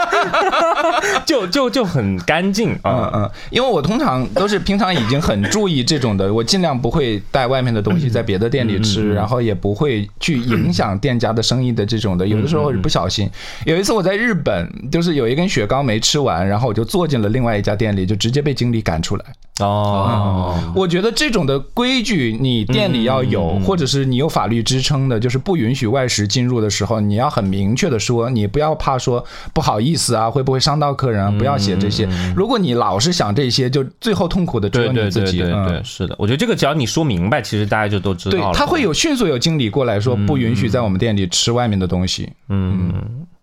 B: 啊就就就很干净
C: 嗯
B: 啊。
C: 嗯，因为我通常都是平常已经很注意这种的，我 [LAUGHS] 尽量不会带外面的东西在别的店里吃，然后也不会去影响店家的生意的这种的。有的时候不小心，有一次我在日本，就是有一根雪糕没吃完，然后我就坐进了另外一家店里，就直接被经理赶出来。嗯
B: 哦，
C: 我觉得这种的规矩，你店里要
B: 嗯
C: 有，或者是你有法律支撑的，就是不允许外食进入的时候，你要很明确的说，你不要怕说不好意思啊，会不会伤到客
B: 嗯
C: 人啊，不要写这些。如果你老是想这些，就最后痛苦的只
B: 对
C: 有
B: 对
C: 你自
B: 对
C: 己。
B: 对
C: 嗯
B: 对，是的，我觉得这个只要你说明白，其实大家就都知
C: 对
B: 道了。
C: 他会有迅速有经理过来说，不允许在我们店里吃外面的东西。
B: 嗯，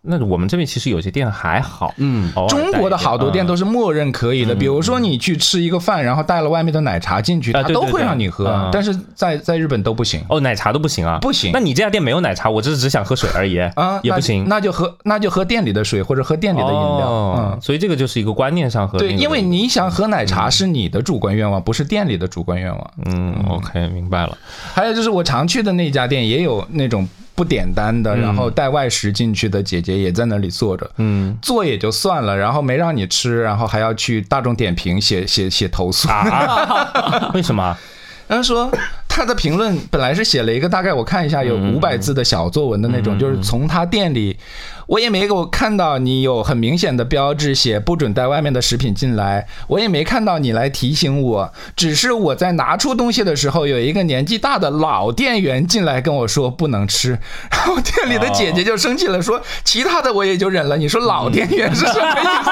B: 那我们这边其实有些店还好，嗯，
C: 中国的好多店
B: 都
C: 都是默认可
B: 嗯
C: 以的，比如说你去吃一个饭，然后带了外面的奶茶进去，
B: 啊
C: 他
B: 对
C: 都
B: 对
C: 会
B: 对
C: 让你喝
B: 嗯，
C: 但是在在日本都不行。
B: 哦，奶茶都不行啊，
C: 不行
B: 那你这家店没有奶茶，我只是只想喝水而已
C: 啊，
B: 也
C: 那
B: 不行，
C: 那就喝那就喝店里的水或者喝店里的饮料。
B: 哦
C: 嗯，
B: 所以这个就是一个观念上和
C: 对，
B: 那个
C: 因为你想喝奶茶是你的主观愿望，不是店里的主观愿望。
B: 嗯，OK，明白了，
C: 还有就是我常去的那家店也有那种不点单的，然后带外食进去的姐姐也在那里坐着，
B: 嗯
C: 坐也就算了，然后没让你吃，然后还要去大众点评写写写投诉。
B: 啊， [LAUGHS] 为什么？
C: [LAUGHS] 然后说他的评论本来是写了一个大概我看一下有五百字的小作文的那种，就是从他店里，我也没给我看到你有很明显的标志写不准带外面的食品进来，我也没看到你来提醒我，只是我在拿出东西的时候，有一个年纪大的老店员进来跟我说不能吃， [LAUGHS] 然后店里的姐姐就生气了，说其他的我也就忍了，你说老店员是什么意思？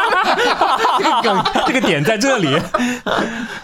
B: 这个梗，这个点在这
C: [LAUGHS]
B: 里，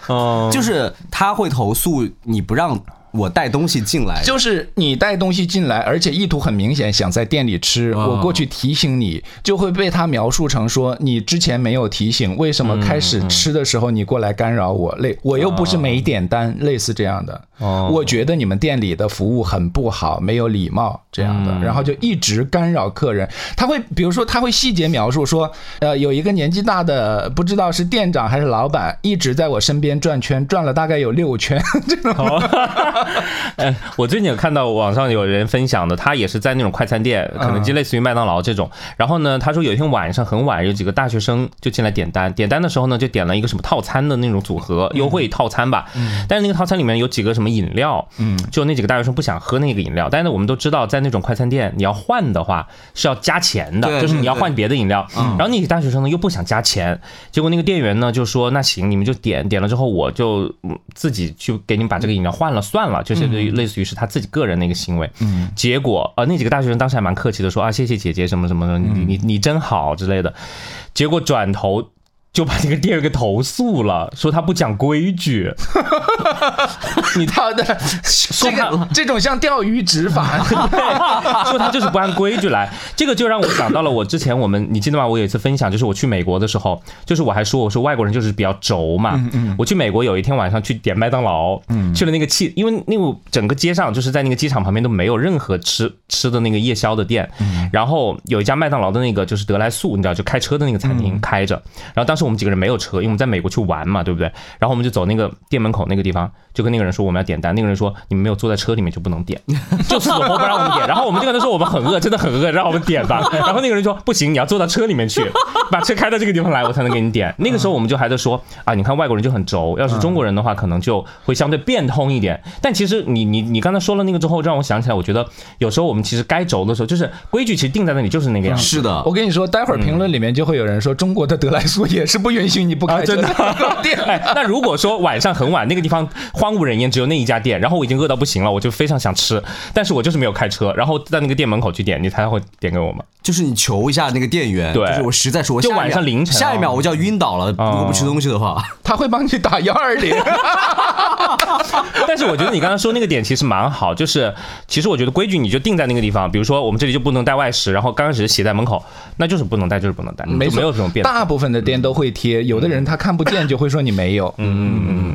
B: 哦，
A: 就是他会投诉你不让我带东西进来，
C: 就是你带东西进来，而且意图很明显，想在店里吃。
A: 哦
C: 我过去提醒你，就会被他描述成说你之前没有提醒，为什么开始吃的时候你过来干扰我？类我又不是没点单，类似这样的。
B: 哦
C: 我觉得你们店里的服务很不好，没有礼貌这样的，然后就一直干扰客人。他会比如说他会细节描述说，呃，有一个年纪大的不知道是店长还是老板，一直在我身边转圈，转了大概有六圈。
B: [LAUGHS] 哎，我最近有看到网上有人分享的，他也是在那种快餐店，可能就类似于麦当劳这种。然后呢，他说有一天晚上很晚，有几个大学生就进来点单，点单的时候呢，就点了一个什么套餐的那种组合，
A: 嗯
B: 优惠套餐吧。但是那个套餐里面有几个什么饮料，嗯，就那几个大学生不想喝那个饮料。但是呢我们都知道，在那种快餐店，你要换的话是要加钱的，
A: 对
B: 就是你要
A: 对
B: 换别的饮料。然后那些大学生呢又不想加钱，结果那个店员呢就说：“那行，你们就点点了之后，我就嗯自己去给你们把这个饮料换了算了。”就是类类似于是他自己个人的一个行为。嗯，结果呃那几个大学生当时还蛮客气的说：“啊，谢谢姐姐什么什么的，你你你真好之类的。”结果转头。就把这个店员给投诉了，说他不讲规矩，
C: 你他的这个这种像钓鱼
B: [LAUGHS]
C: 执法，
B: 对，说他就是不按规矩来。这个就让我想到了我之前我们，你记得吗？我有一次分享，就是我去美国的时候，就是我还说我说外国人就是比较轴嘛。我去美国有一天晚上去点麦当劳，嗯去了那个气，因为那个整个街上就是在那个机场旁边都没有任何吃吃的那个夜宵的店，然后有一家麦当劳的那个就是德莱素，你知道就开车的那个餐厅开着，然后当时我们几个人没有车，因为我们在美国去玩嘛，对不对？然后我们就走那个店门口那个地方，就跟那个人说我们要点单，那个人说你们没有坐在车里面就不能点， [LAUGHS] 就死活不让我们点。然后我们就跟他说我们很饿，真的很饿，让我们点 [LAUGHS] 吧。然后那个人说不行，你要坐到车里面 [LAUGHS] 去，把车开到这个地方来，我才能给你点。那个时候我们就还在说啊，你看外国人就很轴，要是中国人的话，可能就会相对变通一点。但其实你你你刚才说了那个之后，让我想起来，我觉得有时候我们其实该轴的时候，就是规矩其实定在那里就是那个样子。
A: 是的
C: 我，跟你说，待会儿评论里面就会有人说中国的德莱苏也是不允许你不
B: 啊，
C: 开车
B: 真 [LAUGHS] 的
C: [LAUGHS] 店。
B: 哎，那如果说晚上很晚，那个地方荒无人烟，只有那一家店，然后我已经饿到不行了，我就非常想吃，但是我就是没有开车，然后在那个店门口去点，你猜会点给我吗？
A: 就是你求一下那个店员，
B: 对
A: 就是我实在是我
B: 就
A: 下一秒
B: 晚上凌晨啊嗯
A: 下一秒我就要晕倒了，如果不吃东西的话，
C: 他会帮你打幺二零。
B: 但是我觉得你刚刚说那个点其实蛮好，就是其实我觉得规矩你就定在那个地方，比如说我们这里就不能带外食，然后刚开始写在门口，那就是不能带，就是不能带，
C: 没
B: [LAUGHS] 就
C: 错
B: 没有这种变化。
C: 大部分的店都会贴，有的人他看不见就会说你没有。
B: 嗯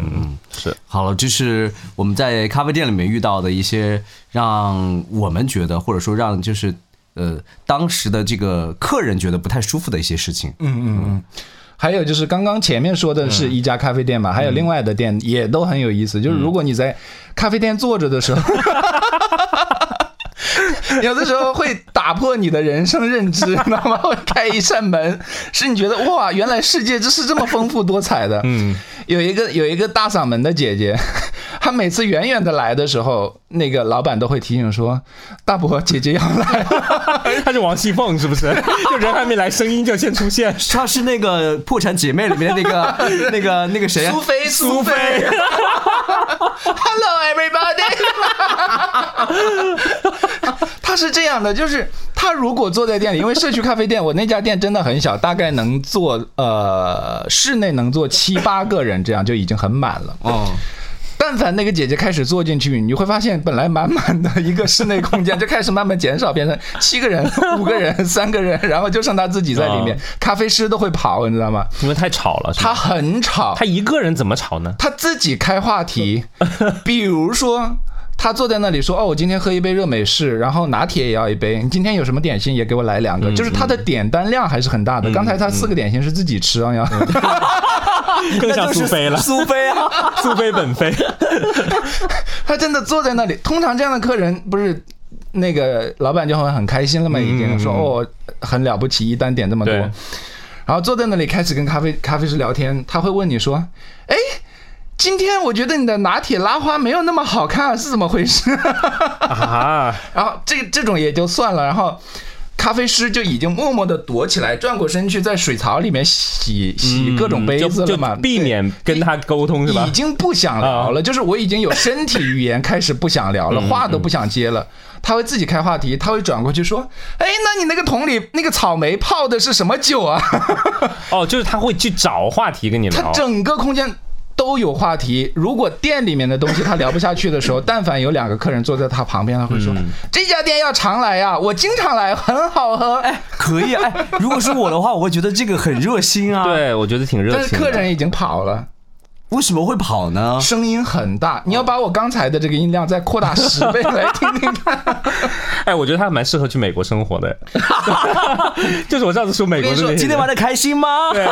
A: 好了，这是我们在咖啡店里面遇到的一些让我们觉得，或者说让就是呃当时的这个客人觉得不太舒服的一些事情。嗯，
C: 还有就是刚刚前面说的是一家咖啡店嘛，还有另外的店也都很有意思。就是如果你在咖啡店坐着的时候， [LAUGHS] 有的时候会打破你的人生认知，知道吗？会开一扇门，是你觉得哇，原来世界就是这么丰富多彩的。嗯，有一个有一个大嗓门的姐姐，她每次远远的来的时候，那个老板都会提醒说：“大伯，姐姐要来了。”
B: 哎他是王熙凤是不
C: [LAUGHS]
B: 是？就人还没来，声音就先出现。
A: 她是那个《破产姐妹》里面的那
B: [LAUGHS]
A: 个那个那个谁呀、啊
C: 苏菲，啊苏 [LAUGHS] 菲，Hello everybody 。他是这样的，就是他如果坐在店里，因为社区咖啡店，我那家店真的很小，大概能坐呃室内能坐七八个人，这样就已经很满了。
A: 哦，
C: 但凡那个姐姐开始坐进去，你会发现本来满满的一个室内空间就开始慢慢减少，变成七个人、五个人、三个人， [LAUGHS] 然后就剩她自己在里面，咖啡师都会跑，你知道吗？
B: 因为太吵了，是吧
C: 她很吵，
B: 他一个人怎么吵呢？
C: 他自己开话题， [LAUGHS] 比如说。他坐在那里说：“哦，我今天喝一杯热美式，然后拿铁也要一杯。你今天有什么点心也给我来两个。就是他的点单量还是很大的。刚才他四个点心是自己吃啊呀，
B: 更像苏菲了，
A: 苏菲啊，
B: 苏菲本
C: [LAUGHS]
B: 菲。
C: [LAUGHS] 他真的坐在那里。通常这样的客人不是那个老板就会很开心了嘛，已经、说哦很了不起，一单点这么多。
B: 对
C: 然后坐在那里开始跟咖啡咖啡师聊天，他会问你说：“哎，今天我觉得你的拿铁拉花没有那么好看，是怎么回事？”
B: 啊，
C: 然后这这种也就算了，然后咖啡师就已经默默地躲起来，转过身去在水槽里面洗洗各种杯
B: 就
C: 子
B: 嗯就
C: 了嘛，
B: 避免跟他沟通是吧啊
C: 已？经不想聊了，就是我已经有身体语言开始不
B: [LAUGHS] 嗯
C: 想聊了，话都不想接了。他会自己开话题，他会转过去说：“哎，那你那个桶里那个草莓泡的是什么酒啊 [LAUGHS]
B: 哦，就是他会去找话题跟你？”
C: 他
B: 聊。
C: 整个空间。都有话题。如果店里面的东西他聊不下去的时候，但凡有两个客人坐在他旁边，他会
B: 嗯
C: 说：“这家店要常来呀、我经常来，啊很好喝。”哎，
A: 可以啊哎，如果是我的话，我会觉得这个很热心啊。，
B: 对，我觉得挺热
C: 但是
B: 情的。啊
C: 客人已经跑了，
A: 为什么会跑呢？
C: 声音很大。你要把我刚才的这个音量再扩大十倍来听听看。
B: 哎，我觉得他还蛮适合去美国生活的， [LAUGHS] 就是我上次说美国的那些人
A: 今天玩的开心吗？
B: 对，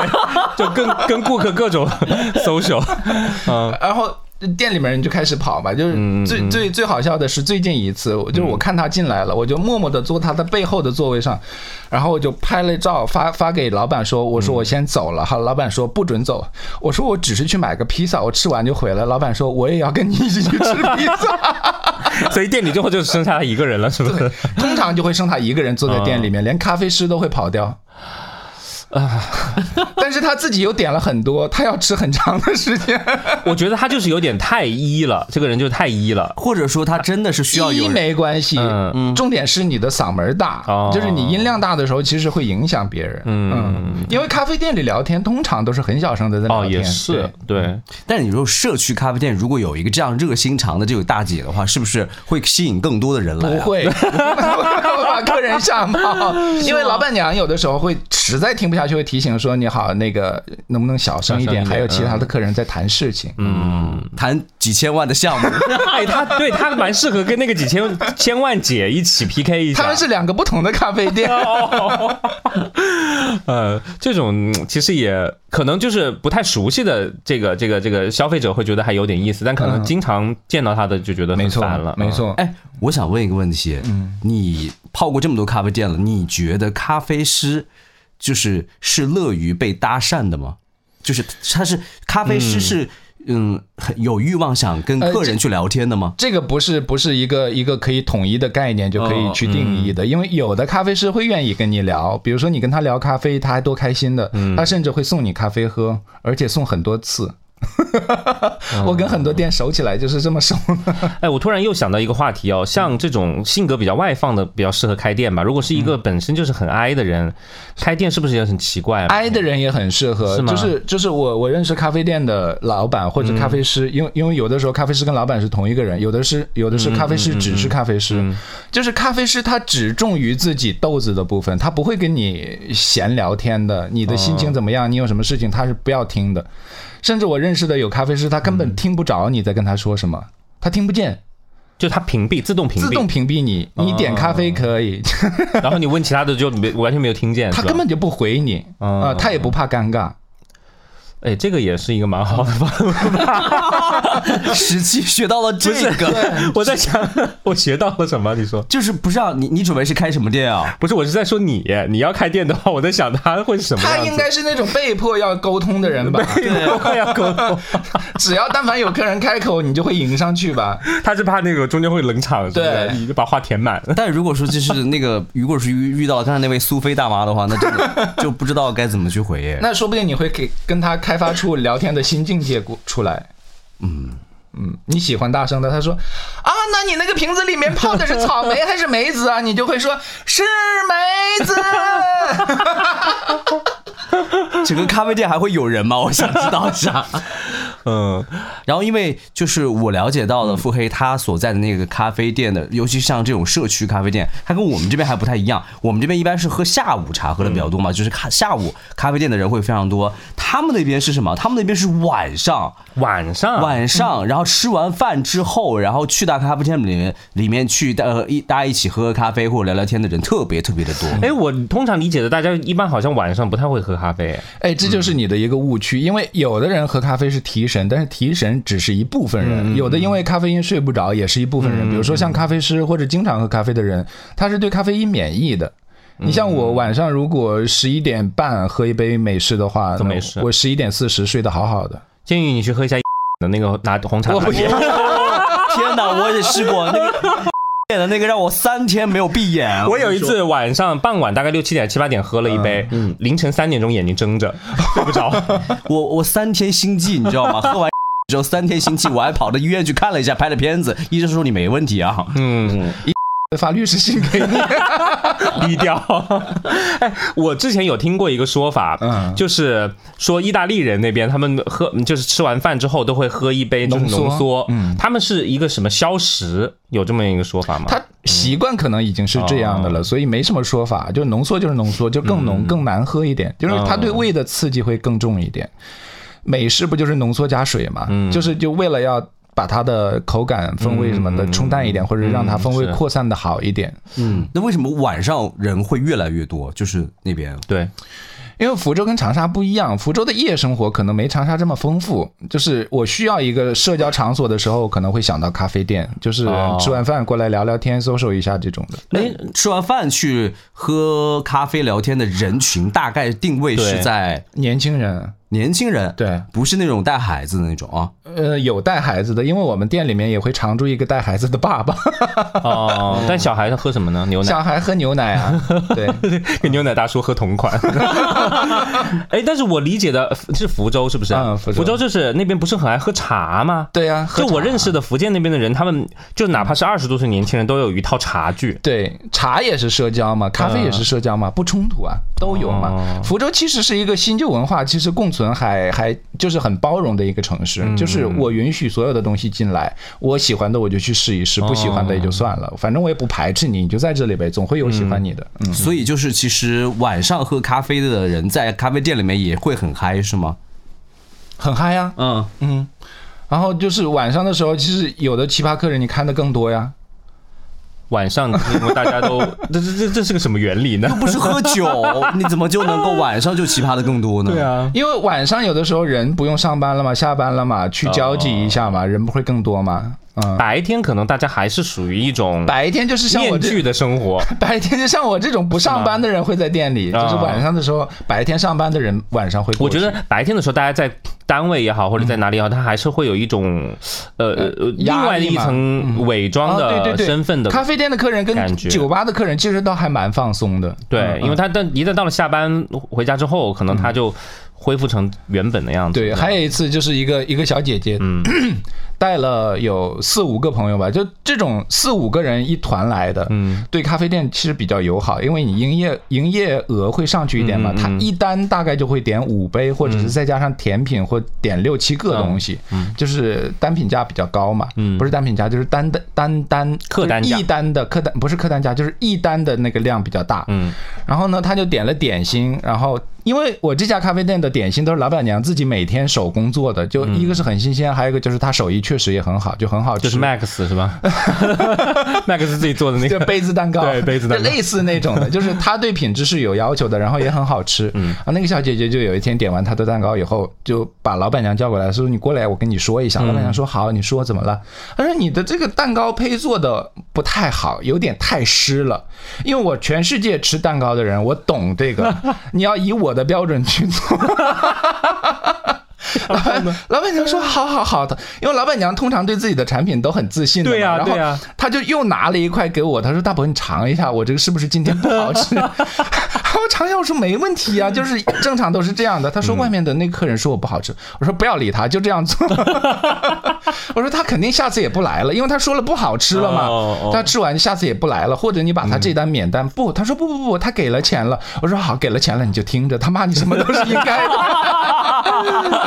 B: 就跟跟顾客各种 social，嗯， [LAUGHS]
C: 然后店里面人就开始跑嘛，就是最、最最好笑的是最近一次，我就是我看他进来了，我就默默的坐他的背后的座位上，然后我就拍了照发发给老板说，我说我先走了，哈、老板说不准走，我说我只是去买个披萨，我吃完就回来，老板说我也要跟你一起去吃披萨。 [LAUGHS]
B: 所以店里最后就剩下他一个人了，是不是？
C: 通常就会剩他一个人坐在店里面，连咖啡师都会跑掉。啊！ [LAUGHS] 但是他自己又点了很多，他要吃很长的时间。
B: [LAUGHS] 我觉得他就是有点太一了，这个人就是太一了。
A: 或者说他真的是需要
C: 一
A: 有人
C: 没关系，
B: 嗯
C: 重点是你的嗓门大，
B: 哦
C: 就是你音量大的时候，其实会影响别人。嗯，因为咖啡店里聊天通常都是很小声的在聊
B: 哦，
C: 天，
B: 也是
C: 对。，
B: 对， [LAUGHS]
A: 但你说社区咖啡店如果有一个这样热心肠的这个大姐的话，是不是会吸引更多的人来、
C: 不
A: 啊？
C: 会，
B: [LAUGHS]
C: [LAUGHS] 我把客人吓跑，因为老板娘有的时候会实在听不下去，会提醒说：“你好，那个能不能小声一
B: 小声一
C: 点？”
B: 点嗯
C: 还有其他的客人在谈事情。嗯，
A: 谈几千万的项
C: [LAUGHS]
A: 目，
B: 哎，他对他蛮适合跟那个几千千万姐一起 PK 一下。
C: 他们是两个不同的咖啡店。
B: 哦， [LAUGHS] 呃，这种嗯其实也可能就是不太熟悉的这个这个这个消费者会觉得还有点意思，但可能经常见到他的就觉得
C: 嗯没
B: 很
C: 错
B: 烦了，。
C: 没
B: 嗯。
C: 错。
A: 哎，我想问一个问题，
C: 嗯
A: 你泡过这么多咖啡店了，你觉得咖啡师就是是乐于被搭讪的吗？就是他是咖啡师是嗯很有欲望想跟
C: 呃
A: 客人去聊天的
C: [LAUGHS]
A: 吗？
C: 这个不是不是一个一个可以统一的概念就可以去定义的，因为有的咖啡师会愿意跟你聊，比如说你跟他聊咖啡，他还多开心的，他甚至会送你咖啡喝，而且送很多次。 [LAUGHS] 我跟很多店熟起来就是这么熟的。
B: 哎，我突然又想到一个话题哦，
C: 嗯
B: 像这种性格比较外放的，比较适合开店吧。如果是一
C: 嗯
B: 个本身就是很 I 的人，开店是不是也很奇怪啊？
C: 挨的人也很适合，
B: 是吗
C: 就是就是我我认识咖啡店的老板或者咖啡
B: 嗯
C: 师，因为因为有的时候咖啡师跟老板是同一个人，有的是有
B: 嗯
C: 的是咖啡师只是咖啡师，就是咖啡师他只重于自己豆子的部分，他不会跟你闲聊天的，你的
B: 哦
C: 心情怎么样，你有什么事情他是不要听的，甚至我认识的有咖啡师，他根
B: 嗯
C: 本听不着你在跟他说什么，他听不见，
B: 就他屏蔽，自动屏蔽，哦
C: 自动屏蔽你，你点咖啡可以，
B: [LAUGHS] 然后你问其他的就没完全没有听见，
C: 他
B: 是吧
C: 根本就不回你
B: 嗯
C: 啊、他也不怕尴尬。
B: 哎，这个也是一个蛮好的方
C: [LAUGHS]
B: 法。
A: 实际学到了这个，
B: 我在想，我学到了什么？你说
A: 就是不知道你你准备是开什么店
B: [LAUGHS]
A: 啊？
B: 不是？我是在说你，你要开店的话，我在想他会是什么样
C: 他
B: 子 [LAUGHS]
C: 应该是那种被迫要沟通的人吧？
B: 快要沟通，
C: [LAUGHS] 只要但凡有客人开口，你就会迎上去吧？
B: 他是怕那个中间会冷场，是不是
C: 对
B: 你就把话填满。
A: 但如果说就是那个，如果是遇遇到刚才那位苏菲大妈的话，那真的就不知道该怎么去回耶。
C: 那说不定你会给跟他开发出聊天的新境界过出来。嗯嗯，你喜欢大声的，他说啊，那你那个瓶子里面泡的是草莓还是梅子啊？你就会说是梅子。
A: 整个咖啡店还会有人吗？我想知道一下。
B: 嗯，
A: 然后，因为就是我了解到的，腹黑他所在的那个咖啡店的，尤其像这种社区咖啡店，它跟我们这边还不太一样。我们这边一般是喝下午茶喝的比较多嘛，就是咖下午咖啡店的人会非常多。他们那边是什么？他们那边是晚上，
B: 晚上
A: [LAUGHS] 晚上，然后吃完饭之后，然后去到咖啡店里面里面去呃一大家一起喝喝咖啡或者聊聊天的人特别特别的多。
B: 哎，我通常理解的，大家一般好像晚上不太会喝咖啡。
C: 哎，这就是
B: 嗯
C: 你的一个误区，因为有的人喝咖啡是提神，但是提神只是一部分
B: 嗯
C: 人，有的因为咖啡因睡不着也是一部分人，比如说像咖啡师或者经常喝咖啡的人，他是对咖啡因免疫的。你像
B: 嗯
C: 我晚上如果十一点半喝一杯美式的话，
B: 喝美
C: 那
B: 式
C: 我十一点四十睡得好好的。
B: 建议你去喝一下 [LAUGHS] 的那个拿红茶拿
C: [LAUGHS]
B: 铁。
A: 哎天哪，我也试过那个店的那个，让我三天没有闭眼。
B: 我有一次晚上傍晚大概六七点七八点喝了一杯，
C: 嗯
B: 凌晨三点钟眼睛睁着睡不着。
A: 我我三天心悸，你知
B: [LAUGHS]
A: 道吗？喝完之后三天心悸，我还跑到医院去看了一下，拍了片子，医生说你没问题啊。
B: [LAUGHS] 嗯，
C: 发律师信给你，
B: 低调。 [LAUGHS] 哎，我之前有听过一个说法，
C: 嗯
B: 就是说意大利人那边他们喝就是吃完饭之后都会喝一杯就是
C: 浓缩
B: 浓缩，
C: 嗯
B: 他们是一个什么消食，有这么一个说法吗？
C: 他习惯可能已经是这样
B: 哦
C: 的了，所以没什么说法，就浓缩就是浓缩，就更
B: 嗯
C: 浓、更难喝一点，就是它对胃的刺激会更重一点。美式不就是浓缩加水嘛，
B: 嗯
C: 就是就为了要。把它的口感、风味什么的
B: 嗯
C: 冲淡一点，或者让它风味
B: 是
C: 扩散的好一点。
A: 嗯，那为什么晚上人会越来越多？就是那边
B: 对，
C: 因为福州跟长沙不一样，福州的夜生活可能没长沙这么丰富。就是我需要一个社交场所的时候，可能会想到咖啡店，就是
B: 哦
C: 吃完饭过来聊聊天、social 一下这种的。
A: 哎，吃完饭去喝咖啡聊天的人群大概定位是
B: 对
A: 在
C: 年轻人，
A: 年轻人，，
C: 对，
A: 不是那种带孩子的那种啊。
C: 呃，有带孩子的，因为我们店里面也会常驻一个带孩子的爸爸， [LAUGHS]
B: 哦，但小孩他喝什么呢？牛奶。
C: 小孩喝牛奶啊，对，
B: [LAUGHS] 跟牛奶大叔喝同
C: [LAUGHS]
B: 款。哎，但是我理解的呃是福州，是不是？
C: 嗯福州
B: 就是那边不是很爱喝茶吗？
C: 对呀、喝
B: 就我
C: 茶
B: 认识的福建那边的人，他们就哪怕是二十多岁年轻人，都有一套茶具。
C: 对茶也是社交嘛，咖啡也是社交嘛，不冲突啊，都有嘛。福州其实是一个新旧文化其实共存还还就是很包容的一个城市，就是我允许所有的东西进来，我喜欢的我就去试一试，不喜欢的也就算了，反正我也不排斥你，你就在这里呗，总会有喜欢你的。嗯
A: 所以就是，其实晚上喝咖啡的人在咖啡店里面也会很嗨，是吗？
C: 很嗨呀、
A: 嗯，
C: 嗯。然后就是晚上的时候，其实有的奇葩客人你看的更多呀，
B: 晚上 [LAUGHS] 因为大家都这这这这是个什么原理呢？
A: 不是喝酒，你怎么就能够晚上就奇葩的更多呢？
B: 对，啊，
C: 因
B: 哦
C: 为晚上有的时候人不用上班了嘛，下班了嘛，去交际一下嘛，人不会更多嘛。嗯
B: 白天可能大家还是属于一种
C: 白天就是像我
B: 面
C: 这
B: 具的生活，
C: [LAUGHS] 白天就像我这种不上班的人会在店里，
B: 是吗
C: 就是晚上的时候，白天上班的人晚上会过
B: 我
C: 去。
B: 觉得白天的时候，大家在单位也好，或者在哪里也好，他还是会有一种呃呃
C: 压力嘛
B: 另外的一层伪装
C: 哦对对
B: 的
C: 对
B: 身份的
C: 咖啡店的客人
B: 感
C: 跟
B: 觉
C: 酒吧的客人其实倒还蛮放松的，嗯
B: 对，因为他但一旦到了下班回家之后，可能他就恢复成原本的嗯样子。
C: 对，还有一次就是一个一个小姐姐， [CLEARS THROAT] 带了有四五个朋友吧，就这种四五个人一团来的，
B: 嗯
C: 对咖啡店其实比较友好，因为你营业营业额会上去一点嘛，
B: 嗯嗯嗯
C: 它一单大概就会点五杯，或者是再加上甜品或点六七个东西，就是单品价比较高嘛，
B: 嗯
C: 不是单品价，就是单单单单
B: 客单价
C: 就是一单的客单不是客单价，就是一单的那个量比较大，
B: 嗯
C: 然后呢，他就点了点心，然后因为我这家咖啡店的点心都是老板娘自己每天手工做的，就一个是很新鲜，还有一个就是她手艺确实也很好，就很好吃。
B: 嗯就是 Max 是
C: [LAUGHS]
B: 吧？Max 自己做的那
C: 就
B: 个，
C: 杯子蛋糕，
B: 对杯子蛋糕
C: 就类似那种的，就是她对品质是有要求的，然后也很好吃。嗯，啊，那个小姐姐就有一天点完她的蛋糕以后，就把老板娘叫过来，说：“你过来，我跟你说一下。”
B: 嗯
C: 老板娘说：“好，你说怎么了？”她说：“你的这个蛋糕胚做的不太好，有点太湿了。因为我全世界吃蛋糕的人，我懂这
B: [LAUGHS]
C: 个。你要以我的标准去做。”老板 [LAUGHS] 老板娘说：“好好好的，因为老板娘通常对自己的产品都很自信的嘛。
B: 对呀
C: 然后
B: 对呀
C: 他就又拿了一块给我，他说：“大伯，你尝一下，我这个是不是今天不好吃？” [LAUGHS] 我尝一下，我说没问题啊，就是正常都是这样的。他说外面的那客人说我不好吃，我说不要理他，就这样做。 [LAUGHS] 我说他肯定下次也不来了，因为他说了不好吃了嘛。
B: 哦哦
C: 他吃完下次也不来了，或者你把他这单免单。不，他说不不不，他给了钱了。我说好，给了钱了你就听着，他骂你什么都是应该的。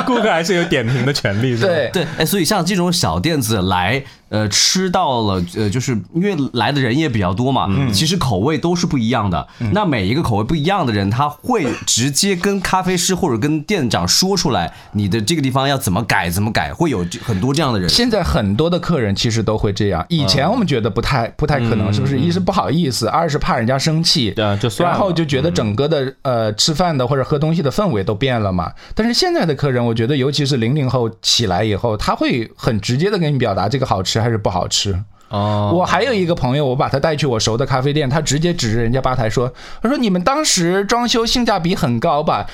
B: [LAUGHS]
C: [LAUGHS]
B: 顾客还是有点评的权利，是吧？
C: 对，
A: 对，哎，所以像这种小店子来，呃，吃到了，呃，就是因为来的人也比较多嘛，其实口味都是不一样的。那每一个口味不一样的人，他会直接跟咖啡师或者跟店长说出来，你的这个地方要怎么改，怎么改，会有这很多这样的人。
C: 现在很多的客人其实都会这
B: 嗯
C: 样，以前我们觉得不太不太可能，是不是？一是不好意思，二是怕人家生气，
B: 对啊就算了
C: 然后就觉得整个的呃吃饭的或者喝东西的氛围都变了嘛。但是现在的客人，我觉得尤其是零零后起来以后，他会很直接的跟你表达这个好吃还是不好吃。
B: 哦，
C: 我还有一个朋友，我把他带去我熟的咖啡店，他直接指着人家吧台说：“他说你们当时装修性价比很高吧？”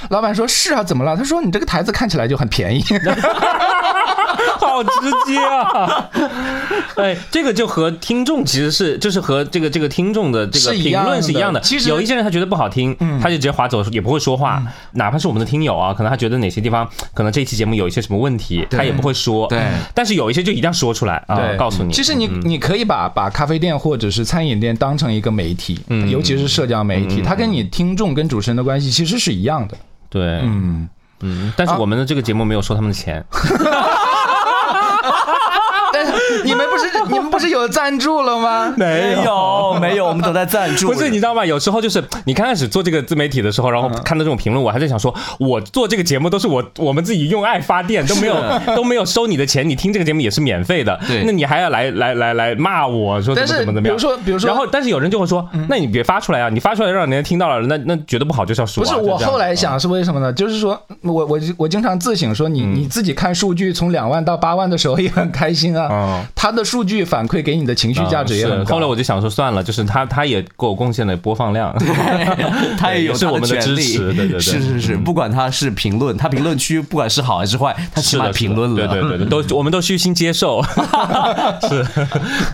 C: [LAUGHS] 老板说：“是啊，怎么了？”他说：“你这个台子看起来就很便宜。”
B: [LAUGHS] 好直接啊！哎，这个就和听众其实是，就是和这个这个听众的这个
C: 是一
B: 评
C: 样的
B: 论是一样的。
C: 其实嗯
B: 有一些人他觉得不好听，他就直接划走，也不会说话。哪怕是我们的听友啊，可能他觉得哪些地方可能这一期节目有一些什么问题，他也不会说。
A: 对
B: 但是有一些就一定要说出来啊，
C: 对，
B: 告诉你。
C: 其实你你可以把把咖啡店或者是餐饮店当成一个媒体，
B: 嗯
C: 尤其是社交媒体，它跟你听众跟主持人的关系其实是一样的。
B: 对，嗯嗯，但是
C: 啊
B: 我们的这个节目没有收他们的
C: [LAUGHS]
B: 钱，
C: 但是你们不是你们不是有赞助
B: [LAUGHS]
C: 了吗？
A: 没有，没有，我们都在赞助。
B: 不是，你知道吗？有时候就是你刚开始做这个自媒体的时候，然后
C: 嗯
B: 看到这种评论，我还在想说，我做这个节目都是我我们自己用爱发电，都没有 [LAUGHS]
C: [LAUGHS]
B: 都没有收你的钱，你听这个节目也是免费的。
A: 对
B: 那你还要来来来来骂我说怎
C: 但
B: 么
C: 是
B: 怎么怎么
C: 比
B: 样
C: 如？说比如说，嗯
B: 然后，但是有人就会说，那你别发出来啊！你发出来让人家听到了，那那觉得不好就是要说
C: 不
B: 啊。
C: 是
B: 就
C: 我
B: 这样
C: 后来想是为什么呢？就是说我我我经常自省说你
B: 嗯
C: 你自己看数据从两万到八万的时候也很开心
B: 嗯
C: 啊，它的数据反馈给你的情绪价值也
B: 嗯
C: 很
B: 是后来
C: 高。
B: 我就想说，算了，就是他他也给我贡献了播放
C: [LAUGHS]
B: 量，
A: [LAUGHS] 他也有
B: 是
A: 他
B: 我们的
A: 权
B: 支
A: 利
B: 持，对对嗯对，
A: 是是是，不管他是评论，他评论区不管是好还是坏，他起
B: 是
A: 码
B: 的，
A: 评论了。
B: 是的对对对对， [LAUGHS] 都我们都虚心接受， [LAUGHS] 是。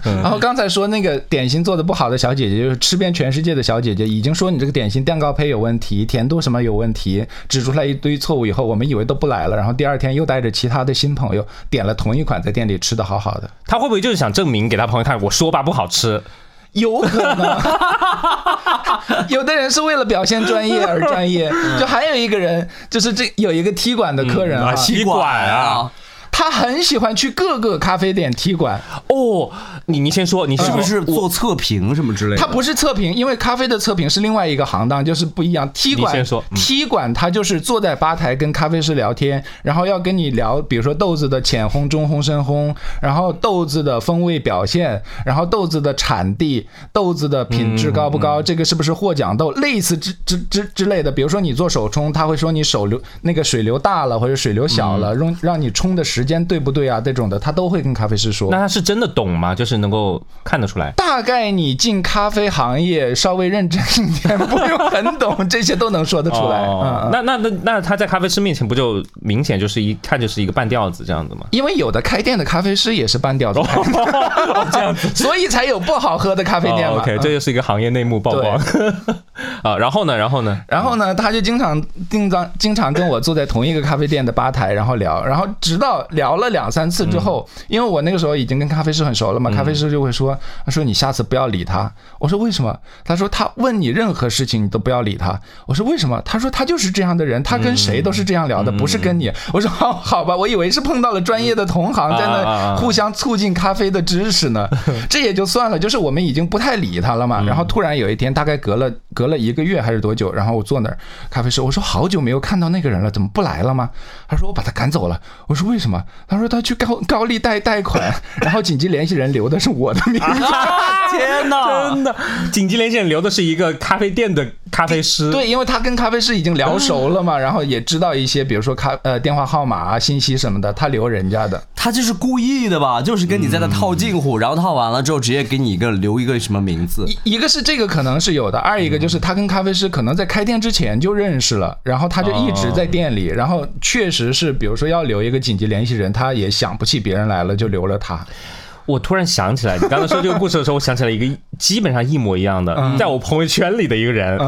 C: 然后刚才说那个点心做的不好的小姐姐，就是吃遍全世界的小姐姐，已经说你这个点心蛋糕胚有问题，甜度什么有问题，指出来一堆错误以后，我们以为都不来了，然后第二天又带着其他的新朋友点了同一款，在店里吃的好好的，
B: 他会不会就是想证明给他朋友看，我说吧不好吃？
C: 有可能。 [LAUGHS] 有的人是为了表现专业而专业，就还有一个人，就是这有一个踢馆的客人嗯啊，哦
B: 踢馆啊！
C: 他很喜欢去各个咖啡店踢馆，
B: 哦，你你先说，你先
A: 是
B: 说
A: 不是做测评什么之类的？
C: 它不是测评，因为咖啡的测评是另外一个行当，就是不一样。踢
B: 你先
C: 馆
B: 说嗯，
C: 踢馆它就是坐在吧台跟咖啡师聊天，然后要跟你聊，比如说豆子的浅烘、中烘、深烘，然后豆子的风味表现，然后豆子的产地、豆子的品质高
B: 嗯
C: 不高，这个是不是获奖豆，类似之之之之类的。
B: 嗯
C: 比如说你做手冲，他会说你手流那个水流大了或者水流小了，让让你冲的时时间对不对啊这种的，他都会跟咖啡师说
B: 那。他是真的懂吗？就是能够看得出来。
C: 大概你进咖啡行业稍微认真一点，不用很懂，这些都能说得出来。嗯
B: 哦
C: 嗯，
B: 那那那那他在咖啡师面前不就明显就是一看就是一个半吊子这样子吗？
C: 因为有的开店的咖啡师也是半吊子开的， [LAUGHS] 所以才有不好喝的咖啡店
B: 哦
C: 嘛。
B: OK，
C: 嗯
B: 这就是一个行业内幕曝光 [LAUGHS] 啊。然后呢，然后
C: [LAUGHS]
B: 呢？
C: 然后呢，他就经常经常经常跟我坐在同一个咖啡店的吧台，然后聊，然后直到聊了两三次之后，
B: 嗯
C: 因为我那个时候已经跟咖啡师很熟了嘛，咖啡师就会说，他说你下次不要理他。我说为什么？他说他问你任何事情你都不要理他。我说为什么？他说他就是这样的人，他跟谁都是这样聊的，不是
B: 嗯
C: 跟你。我说好好吧，我以为是碰到了专业的同行在
B: 啊啊啊
C: 那
B: 啊
C: 互相促进咖啡的知识呢，这也就算了，就是我们已经不太理他了嘛。然后突然有一天，大概隔了隔了一个月还是多久，然后我坐那儿咖啡室，我说好久没有看到那个人了，怎么不来了吗？他说我把他赶走了。我说为什么？他说他去高 [LAUGHS] 高利贷贷款， [LAUGHS] 然后紧急联系人留的是我的名
B: 啊
C: 字。
A: 天哪！
B: [LAUGHS] 真的，紧急连线留的是一个咖啡店的咖啡师。
C: 对，因为他跟咖啡师已经聊熟了嘛，然后也知道一些，比如说咖呃电话号码啊、信息什么的，他留人家的。
A: 他就是故意的吧？就是跟你在那套近
B: 嗯
A: 乎，然后套完了之后，直接给你一个留一个什么名字？
C: 一一个是这个可能是有的，二一个
B: 嗯
C: 就是他跟咖啡师可能在开店之前就认识了，然后他就一直
B: 哦
C: 在店里，然后确实是比如说要留一个紧急联系人，他也想不起别人来了就留了他。
B: 我突然想起来，你刚才说这个故事的时候，我想起来一个基本上一模一样
C: 嗯
B: 的，在我朋友圈里的一个人，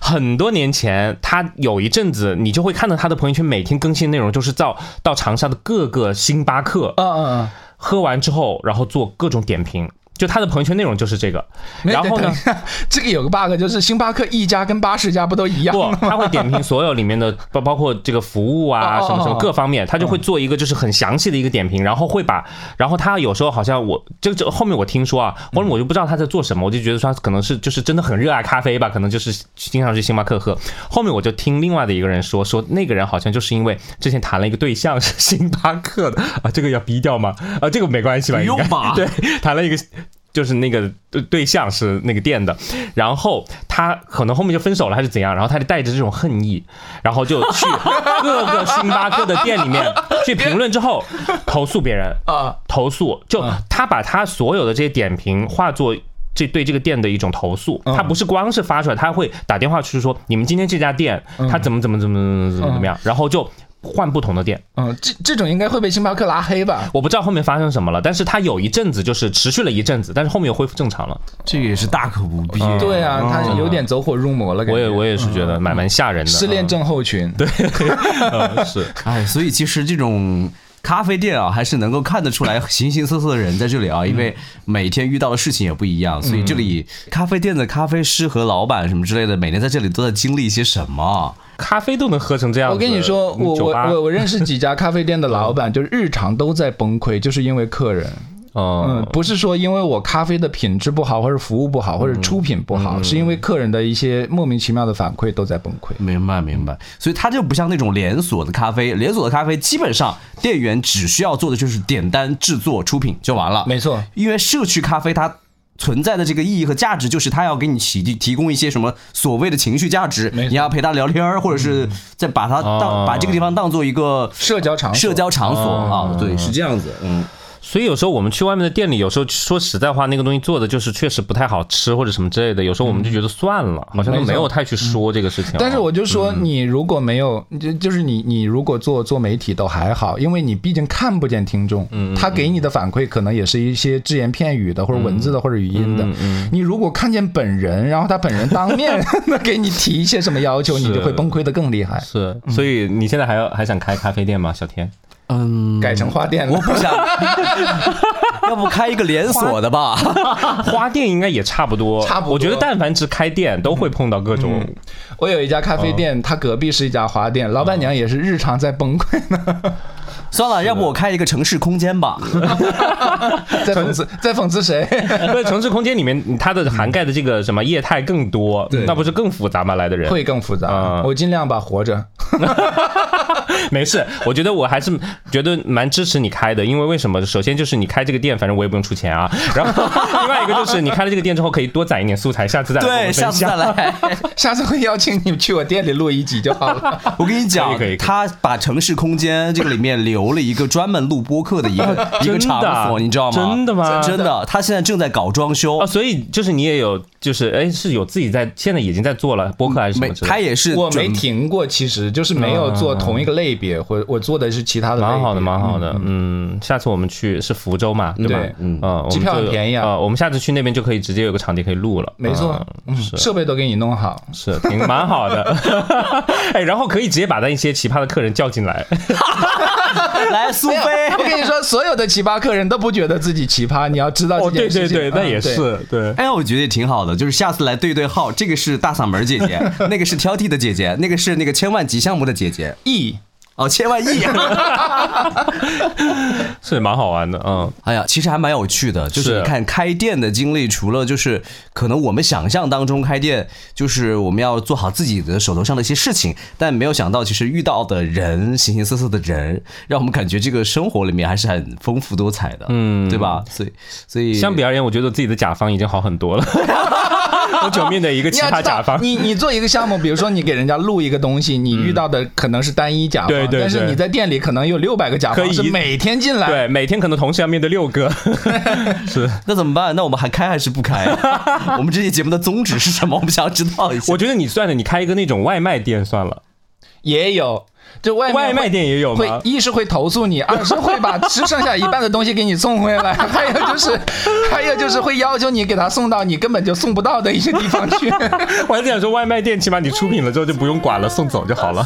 B: 很多年前，他有一阵子，你就会看到他的朋友圈每天更新内容，就是到到长沙的各个星巴克
C: 嗯嗯嗯，
B: 喝完之后，然后做各种点评，就他的朋友圈内容就是这个。
C: 没
B: 然后
C: 等
B: 呢
C: 一，下这个有个 bug 就是星巴克一家跟八十家不都一样
B: 不
C: 吗？，
B: 他会点评所有里面
C: [LAUGHS]
B: 的，包包括这个服务啊，
C: 哦哦
B: 什么什么
C: 哦
B: 各方面，他就会做一个就是很详细的一个点评，然后会把，然后他有时候好像我这个这后面我听说啊，
C: 嗯
B: 后面我就不知道他在做什么，我就觉得说他可能是就是真的很热爱咖啡吧，可能就是经常去星巴克喝。后面我就听另外的一个人说，说那个人好像就是因为之前谈了一个对象是星巴克的啊，这个要逼掉吗？啊，这个没关系吧？
A: 不用
B: 应该
A: 吧
B: 对， [LAUGHS] 谈了一个。就是那个对对象是那个店的，然后他可能后面就分手了还是怎样，然后他就带着这种恨意，然后就去各个星巴克的店里面去评论之后投诉别人，
C: 啊，
B: 投诉就他把他所有的这些点评化作。这对这个店的一种投诉，他不是光是发出来，他会打电话去说你们今天这家店他怎么怎么怎么怎么怎么怎么样，然后就换不同的店。
C: 嗯，这这种应该会被星巴克拉黑吧？
B: 我不知道后面发生什么了，但是他有一阵子就是持续了一阵子，但是后面又恢复正常了。
A: 这个也是大可不必。
C: 对啊，他有点走火入魔了，
B: 嗯哦
C: 感
B: 我也
C: 觉。嗯
B: 我也是觉得蛮蛮吓人的，
C: 失恋症候群，对， [LAUGHS]
B: 嗯是
A: [LAUGHS] 哎，所以其实这种咖啡店啊，还是能够看得出来形形色色的人在这里啊，因为每天遇到的事情也不一样，所以这里咖啡店的咖啡师和老板什么之类的，每天在这里都在经历一些什么？
B: 咖啡都能喝成这样子。嗯
C: 我跟
B: [LAUGHS]
C: 你说，我
B: 酒
C: 我
B: 吧
C: 我我认识几家咖啡
B: 嗯
C: 店的老板，就是日常都在崩溃，就是因为客人。嗯
B: 嗯，
C: 不是说因为我咖啡的品质不好，或者服务不好，或者出品不好，是因为客人的一些莫名其妙的反馈都在崩溃。
A: 明白明白，所以它就不像那种连锁的咖啡，连锁的咖啡基本上店员只需要做的就是点单、制作、出品就完了。
C: 没错，
A: 因为社区咖啡它存在的这个意义和价值，就是它要给你提提供一些什么所谓的情绪价值，
C: 没错
A: 你要陪他聊天儿，或者
B: 嗯
A: 是再把它当、
B: 哦
A: 把这个地方当做一个
C: 社交场所
A: 社交场所啊，对，是这样子，嗯，
B: 所以有时候我们去外面的店里，有时候说实在话，那个东西做的就是确实不太好吃或者什么之类的，有时候我们就觉得算了，好像都没有太去说这个事情。
C: 嗯但是我就说，你如果没有，就就是你你如果做做媒体都还好，因为你毕竟看不见听众，他给你的反馈可能也是一些只言片语的，或者文字的，或者语音的。你如果看见本人，然后他本人当面 [LAUGHS] 给你提一些什么要求，你就会崩溃的更厉害，
B: 是，所以你现在还要还想开咖啡店吗，小天？
C: 改成花店了
A: 我。不想， [LAUGHS] 要不开一个连锁的
B: [LAUGHS]
A: 吧？
B: [LAUGHS] 花店应该也差不多，
C: 差不多
B: 我觉得但凡只开店，都会碰到各种。
C: 嗯我有一家咖啡
B: 哦
C: 店，它隔壁是一家花店，老板娘也是日常在崩溃呢，
B: 哦
A: 算了，要不我开一个城市空间吧？
C: [LAUGHS] 在讽刺，在讽
B: [LAUGHS]
C: 刺谁？
B: 不是城市空间里面，它的涵盖的这个什么业态更多，那不是更复杂吗？来的人
C: 会更复杂。
B: 嗯
C: 我尽量吧，活着。
B: [LAUGHS] 没事，我觉得我还是觉得蛮支持你开的，因为为什么？首先就是你开这个店，反正我也不用出钱啊。 [LAUGHS] 然后另外一个就是你开了这个店之后，可以多攒一点素材，下次再来哎跟我
A: 对，
B: 们
A: 下
B: 分
A: 次再
B: 享。 [LAUGHS]
A: 来。
C: 下次会邀请你去我店里录一集就好了。
A: 我跟你讲
B: 可以可以可以，
A: 他把城市空间这个里面留留了一个专门录播客的一
B: [LAUGHS]
A: 个一
B: 真的
A: 个
B: 啊
A: 场所，你知道吗？
B: 真的吗
A: 真的，他现在正在搞装修
B: 哦，，所以就是你也有，就是哎，是有自己在，现在已经在做了播客还是什
A: 没
B: 么之类的
A: 他也是
C: 我
A: 准
C: 没停过，其实就是没有做同一个类别，或者我做的是其他的类别。
B: 嗯蛮好的，蛮好的。嗯，下次我们去是福州嘛，对吧
C: 对？
B: 嗯，我们
C: 机票很
B: 就
C: 便宜啊
B: 呃我们下次去那边就可以直接有个场地可以录了。呃
C: 没错，嗯，设备都给你弄好。
B: 是挺蛮好
C: [LAUGHS]
B: 的。哎，然后可以直接把那些奇葩的客人叫进
C: [LAUGHS]
B: 来。
A: 来苏
C: 没有
A: 菲。
C: 哎我跟你说，所有的奇葩客人都不觉得自己奇葩，你要知道
B: 哦，
C: 这
B: 对
C: 件
B: 对
C: 事情。
B: 对，那
C: 嗯
B: 也。是对。
A: [LAUGHS] 哎，我觉得也挺好的，就是下次来对对号，这个是大嗓门姐姐，
B: [LAUGHS]
A: 那个是挑剔的姐姐，那个是那个千万级项目的姐姐，
C: E
A: 哦，千万亿、
B: 是蛮好玩的，嗯，
A: [LAUGHS] 哎呀，其实还蛮有趣的，就是
B: 是
A: 你看开店的经历，除了就是可能我们想象当中开店就是我们要做好自己的手头上的一些事情，但没有想到其实遇到的人，形形色色的人，让我们感觉这个生活里面还是很丰富多彩的，嗯，对吧？所以，所以
B: 相比而言，我觉得自己的甲方已经好很多
C: [LAUGHS]
B: 了。我九面的 [LAUGHS] 一个
C: 你
B: 奇
C: 要
B: 葩
C: 知
B: 甲
C: 道
B: 方，，嗯
C: 你你做一个项目，比如说你给人家录一个东西，你遇到的可能是单一甲方，
B: 对对
C: 但是
B: 对
C: 你在店里可能有六百个甲
B: 可以
C: 方，是每天进来，
B: 对，每天可能同时要面对六
C: [LAUGHS]
B: 个，是。
A: [LAUGHS] 那怎么办？那我们还开还是不
B: [LAUGHS]
A: 开、啊？我们这期节目的宗旨是什么？我们想要知道一下。
B: 我觉得你算了，你开一个那种外卖店算了，
C: 也有，就外面
B: 外
C: 会
B: 卖店也有
C: 会
B: 吗？
C: 一是会投诉你，二是会把吃剩下一半的东西给你送回来， [LAUGHS] 还有就是，还有就是会要求你给他送到你根本就送不到的一些地方去。
B: 我还在想说，外卖店起码你出品了之后就不用管了，送走就好了，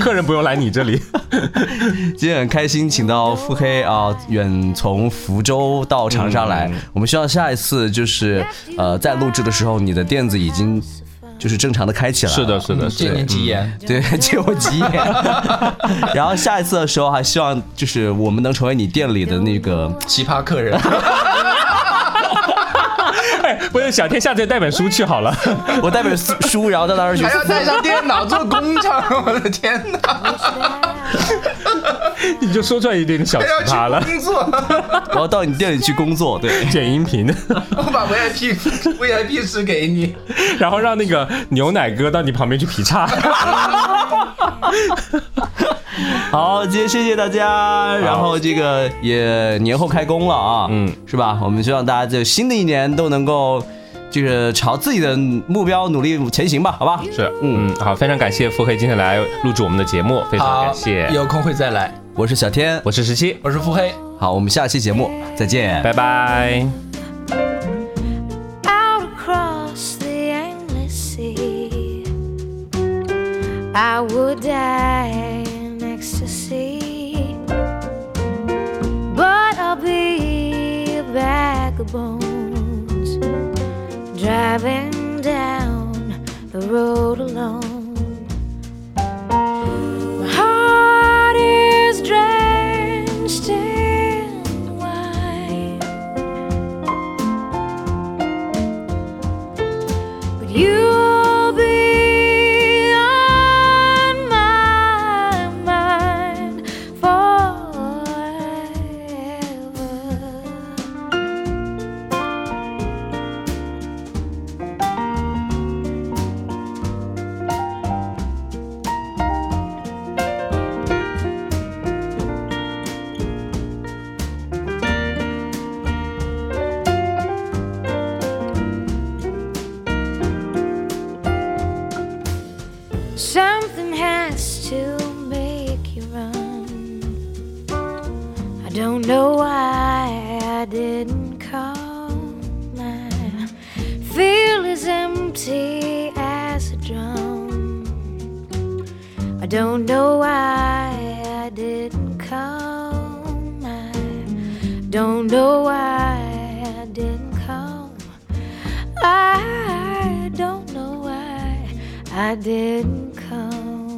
B: 客人不用来你这里。
A: 今天很开心，请到腹黑啊，远从福州到长沙来。
B: 嗯
A: 我们希望下一次就是呃，在录制的时候，你的店子已经就是正常的嗯开起来了。
B: 是的，，是
C: [LAUGHS]
B: 的，是
C: 借你
B: 的。
C: 吉言，
A: 对， [LAUGHS] 借我吉
B: [LAUGHS]
A: 言。然后下一次的时候，还希望就是我们能成为你店里的那个
C: 奇葩客人，
B: 哎，不是小天，下次带本书去好了。
A: 我带本书书，然后到那儿去
C: [LAUGHS] 还。要带上电脑做工厂，我的天哪，
B: 你就说出来一点小奇
C: 还要
B: 葩了
C: 去，工作，
A: 然后到你店里去工作，对，
B: 剪音频，
C: 我把 VIP VIP 室给你。
B: 然后让那个牛奶哥到你旁边去劈叉。
A: 好，今天谢谢大家，然后这个也年后开工了啊，嗯
B: 嗯，
A: 是吧？我们希望大家在新的一年都能够，就是朝自己的目标努力前行吧，好吧？
B: 是，嗯，好，非常感谢腹黑今天来录制我们的节目，非常
C: 好
B: 感谢，。
C: 有空会再来。
A: 我是小天，
B: 我是十七，
C: 我是腹黑。
A: 好，我们下期节目再见，
B: 拜拜。
D: out across the endless sea. I would die in ecstasy, but I'll be a bag of bones driving down the road alone. My heart is drenched in wine. But you'll be on my mind forever. Something has to make you run. I don't know why I didn't call. My feel is empty as a drum. I don't know why I didn't call. My don't know why I didn't call. I don't know why I didn't come.